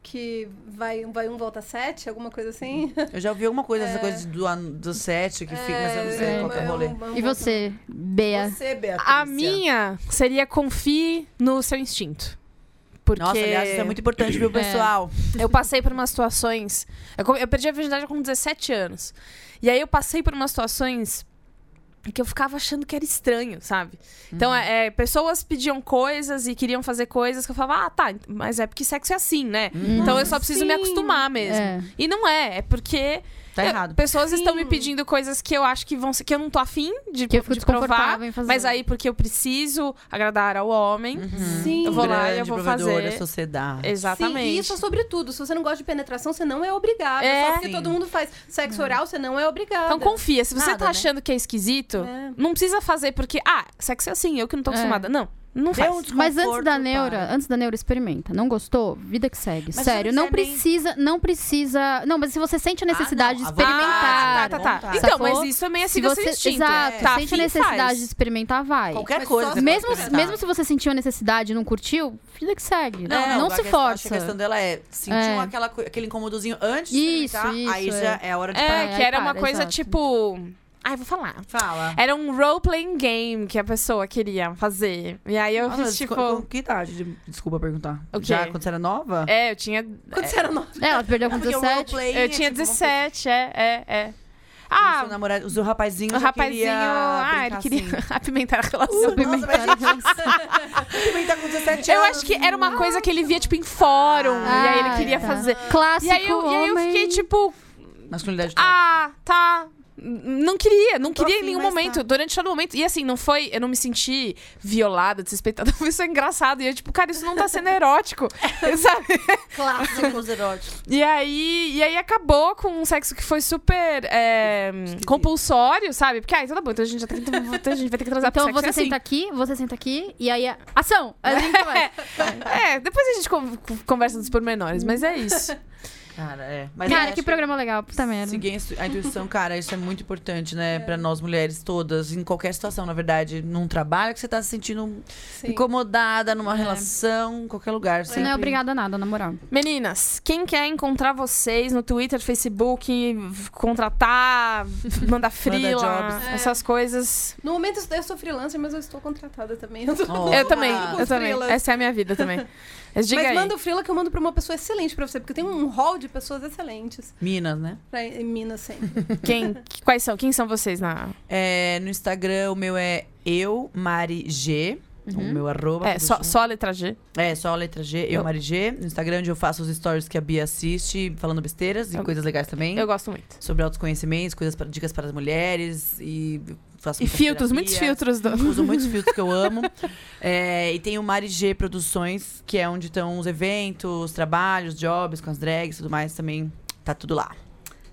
Que vai, vai um volta sete, alguma coisa assim? Eu já ouvi alguma coisa, essa coisa do, an- do set que fica, mas eu não sei É, qual que é é o um- rolê. é um E volta- você, Bea? Você, Beatriz. A minha seria confie no seu instinto. Porque Nossa, aliás, isso é muito importante, viu, pessoal? eu passei por umas situações. Eu, come- eu perdi a virgindade com 17 anos. E aí eu passei por umas situações que eu ficava achando que era estranho, sabe? Então, Uhum. é, é, pessoas pediam coisas e queriam fazer coisas que eu falava, ah, tá, mas é porque sexo é assim, né? Uhum. Então eu só preciso me sim. acostumar mesmo. É. E não é, é porque Tá eu- errado. pessoas estão me pedindo coisas que eu acho que vão ser- que eu não tô afim de, Que eu fico de provar. desconfortável em fazer. Mas aí, porque eu preciso agradar ao homem. Uhum. Sim. Hum, Eu vou lá e eu Grande vou provedor fazer. da sociedade. Exatamente. Sim, e isso é sobre tudo. Se você não gosta de penetração, você não é obrigada. É. Só porque Sim. todo mundo faz sexo oral, você não é obrigada. Então confia, se você Nada, tá né? achando que é esquisito, É. não precisa fazer porque, ah, sexo é assim, eu que não tô É. acostumada. Não, não Deu faz. um desconforto, Mas antes da para. neura, é antes da neura experimenta. Não gostou? Vida que segue. Mas Sério, se não não, quiser nem- precisa, não precisa. Não, mas se você sente a necessidade não, de a vontade, experimentar. tá, tá, tá. vontade. Então, Sacou? mas isso também é Se seguir seu você, instinto. tá exato, sente a afim, necessidade faz. de experimentar, vai. Qualquer Mas só coisa. se você Mesmo, pode experimentar. mesmo se você sentiu a necessidade e não curtiu, vida que segue. Não, a se questão- acho que força. A questão dela é sentiu É. Aquela, coi- aquele incomodozinho antes de Isso, experimentar, aí isso, já é a hora de parar. É, Para, que era para, uma coisa exato. tipo. Ai, vou falar. Fala. Era um role-playing game que a pessoa queria fazer. E aí eu Nossa, fiz, desco- tipo. com que idade? de- Desculpa perguntar. O quê? Já quando você era nova? É, eu tinha. Quando você era nova. É, ela perdeu com 17. assim, Eu tinha tipo 17, é, é, é. Ah, Ah, seu namorado, o seu rapazinho o já rapazinho. queria Ah, ele brincar queria assim. apimentar a relação. Nossa, mas gente, também tá com 17 Eu anos. acho que era uma coisa que ele via, tipo, em fórum. e aí ele Ah, queria tá. fazer. Clássico E aí, eu, e aí eu homem. fiquei, tipo, Masculinidade toda. ah, tá. N- Não queria, não tô queria em afim, nenhum mas momento. tá. Durante todo momento. E assim, não foi. Eu não me senti violada, desrespeitada. Isso é engraçado. E eu, tipo, cara, isso não tá sendo erótico. É. sabe? Clássicos eróticos. E aí, e aí acabou com um sexo que foi super é, compulsório, sabe? Porque, ah, então tá bom, então a gente já tem que, então a gente vai ter que transar Então pro sexo. você é assim. senta aqui, você senta aqui, e aí. é Ação! Aí a gente vai. É, depois a gente con- conversa dos pormenores, mas é isso. Cara, é. Mas eu Cara, acho que programa legal, puta merda. Seguir a instu- a intuição, cara, isso é muito importante, né? É. Pra nós mulheres todas, em qualquer situação, na verdade. Num trabalho que você tá se sentindo Sim. incomodada, É. numa relação, em qualquer lugar. Você não é sempre. obrigada a nada, na moral. Meninas, quem quer encontrar vocês no Twitter, Facebook, contratar, mandar frila, jobs. essas coisas. No momento eu sou freelancer, mas eu estou contratada também. Eu tô- Ó. Eu também, com eu também. frilas. Essa é a minha vida também. Mas diga Mas aí. manda o freela que eu mando pra uma pessoa excelente pra você, porque tem um hall de pessoas excelentes Minas, né? pra, em Minas sempre. Quem, quais são? Quem são vocês na. É, no Instagram, o meu é eu, Mari G. O meu arroba. É, tudo só, junto. só a letra G. É, só a letra G, eu, Mari G. No Instagram, onde eu faço os stories que a Bia assiste, falando besteiras e Eu- coisas legais também. Eu gosto muito. Sobre autoconhecimentos, coisas para, dicas para as mulheres e E faço muita filtros, terapia. muitos filtros do. Uso muitos filtros que eu amo. É, e tem o Mari G Produções, que é onde estão os eventos, trabalhos, jobs com as drags e tudo mais também. Tá tudo lá.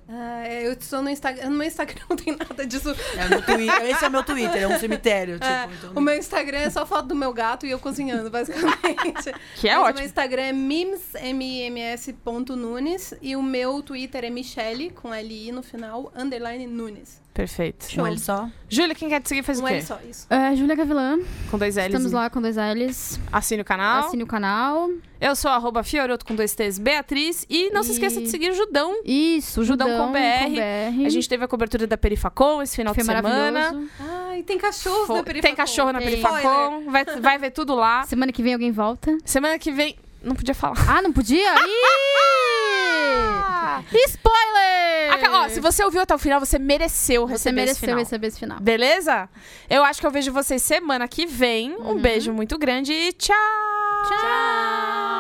Ah, é, eu estou no Instagram. No meu Instagram não tem nada disso. É o meu twi- Esse é o meu Twitter, é um cemitério. Tipo, É, então- o meu Instagram é só foto do meu gato e eu cozinhando, basicamente. Que é Mas O ótimo. meu Instagram é mims.nunes e o meu Twitter é Michele, com L-I no final, underline Nunes. Perfeito. Um L só. Júlia, quem quer te seguir faz Um o quê? L só, isso. É, Júlia Gavilã, Com dois L's. estamos lá com dois L's. Assine o canal. Assine o canal. Eu sou arroba Fioroto com dois T's Beatriz. E não se E- esqueça de seguir o Judão. Isso, Judão Judão, com BR. A gente teve a cobertura da Perifacon esse final Foi de semana. maravilhoso. Ai, tem cachorro Foi- na Tem Perifacon. cachorro na Tem. Perifacon. Vai, vai ver tudo lá. Semana que vem alguém volta. Semana que vem. Não podia falar. Ah, não podia? Ih! Spoiler! Aca- ó, se você ouviu até o final, você mereceu Você receber esse mereceu final. receber esse final. Beleza? Eu acho que eu vejo vocês semana que vem. Um beijo muito grande e tchau! Tchau!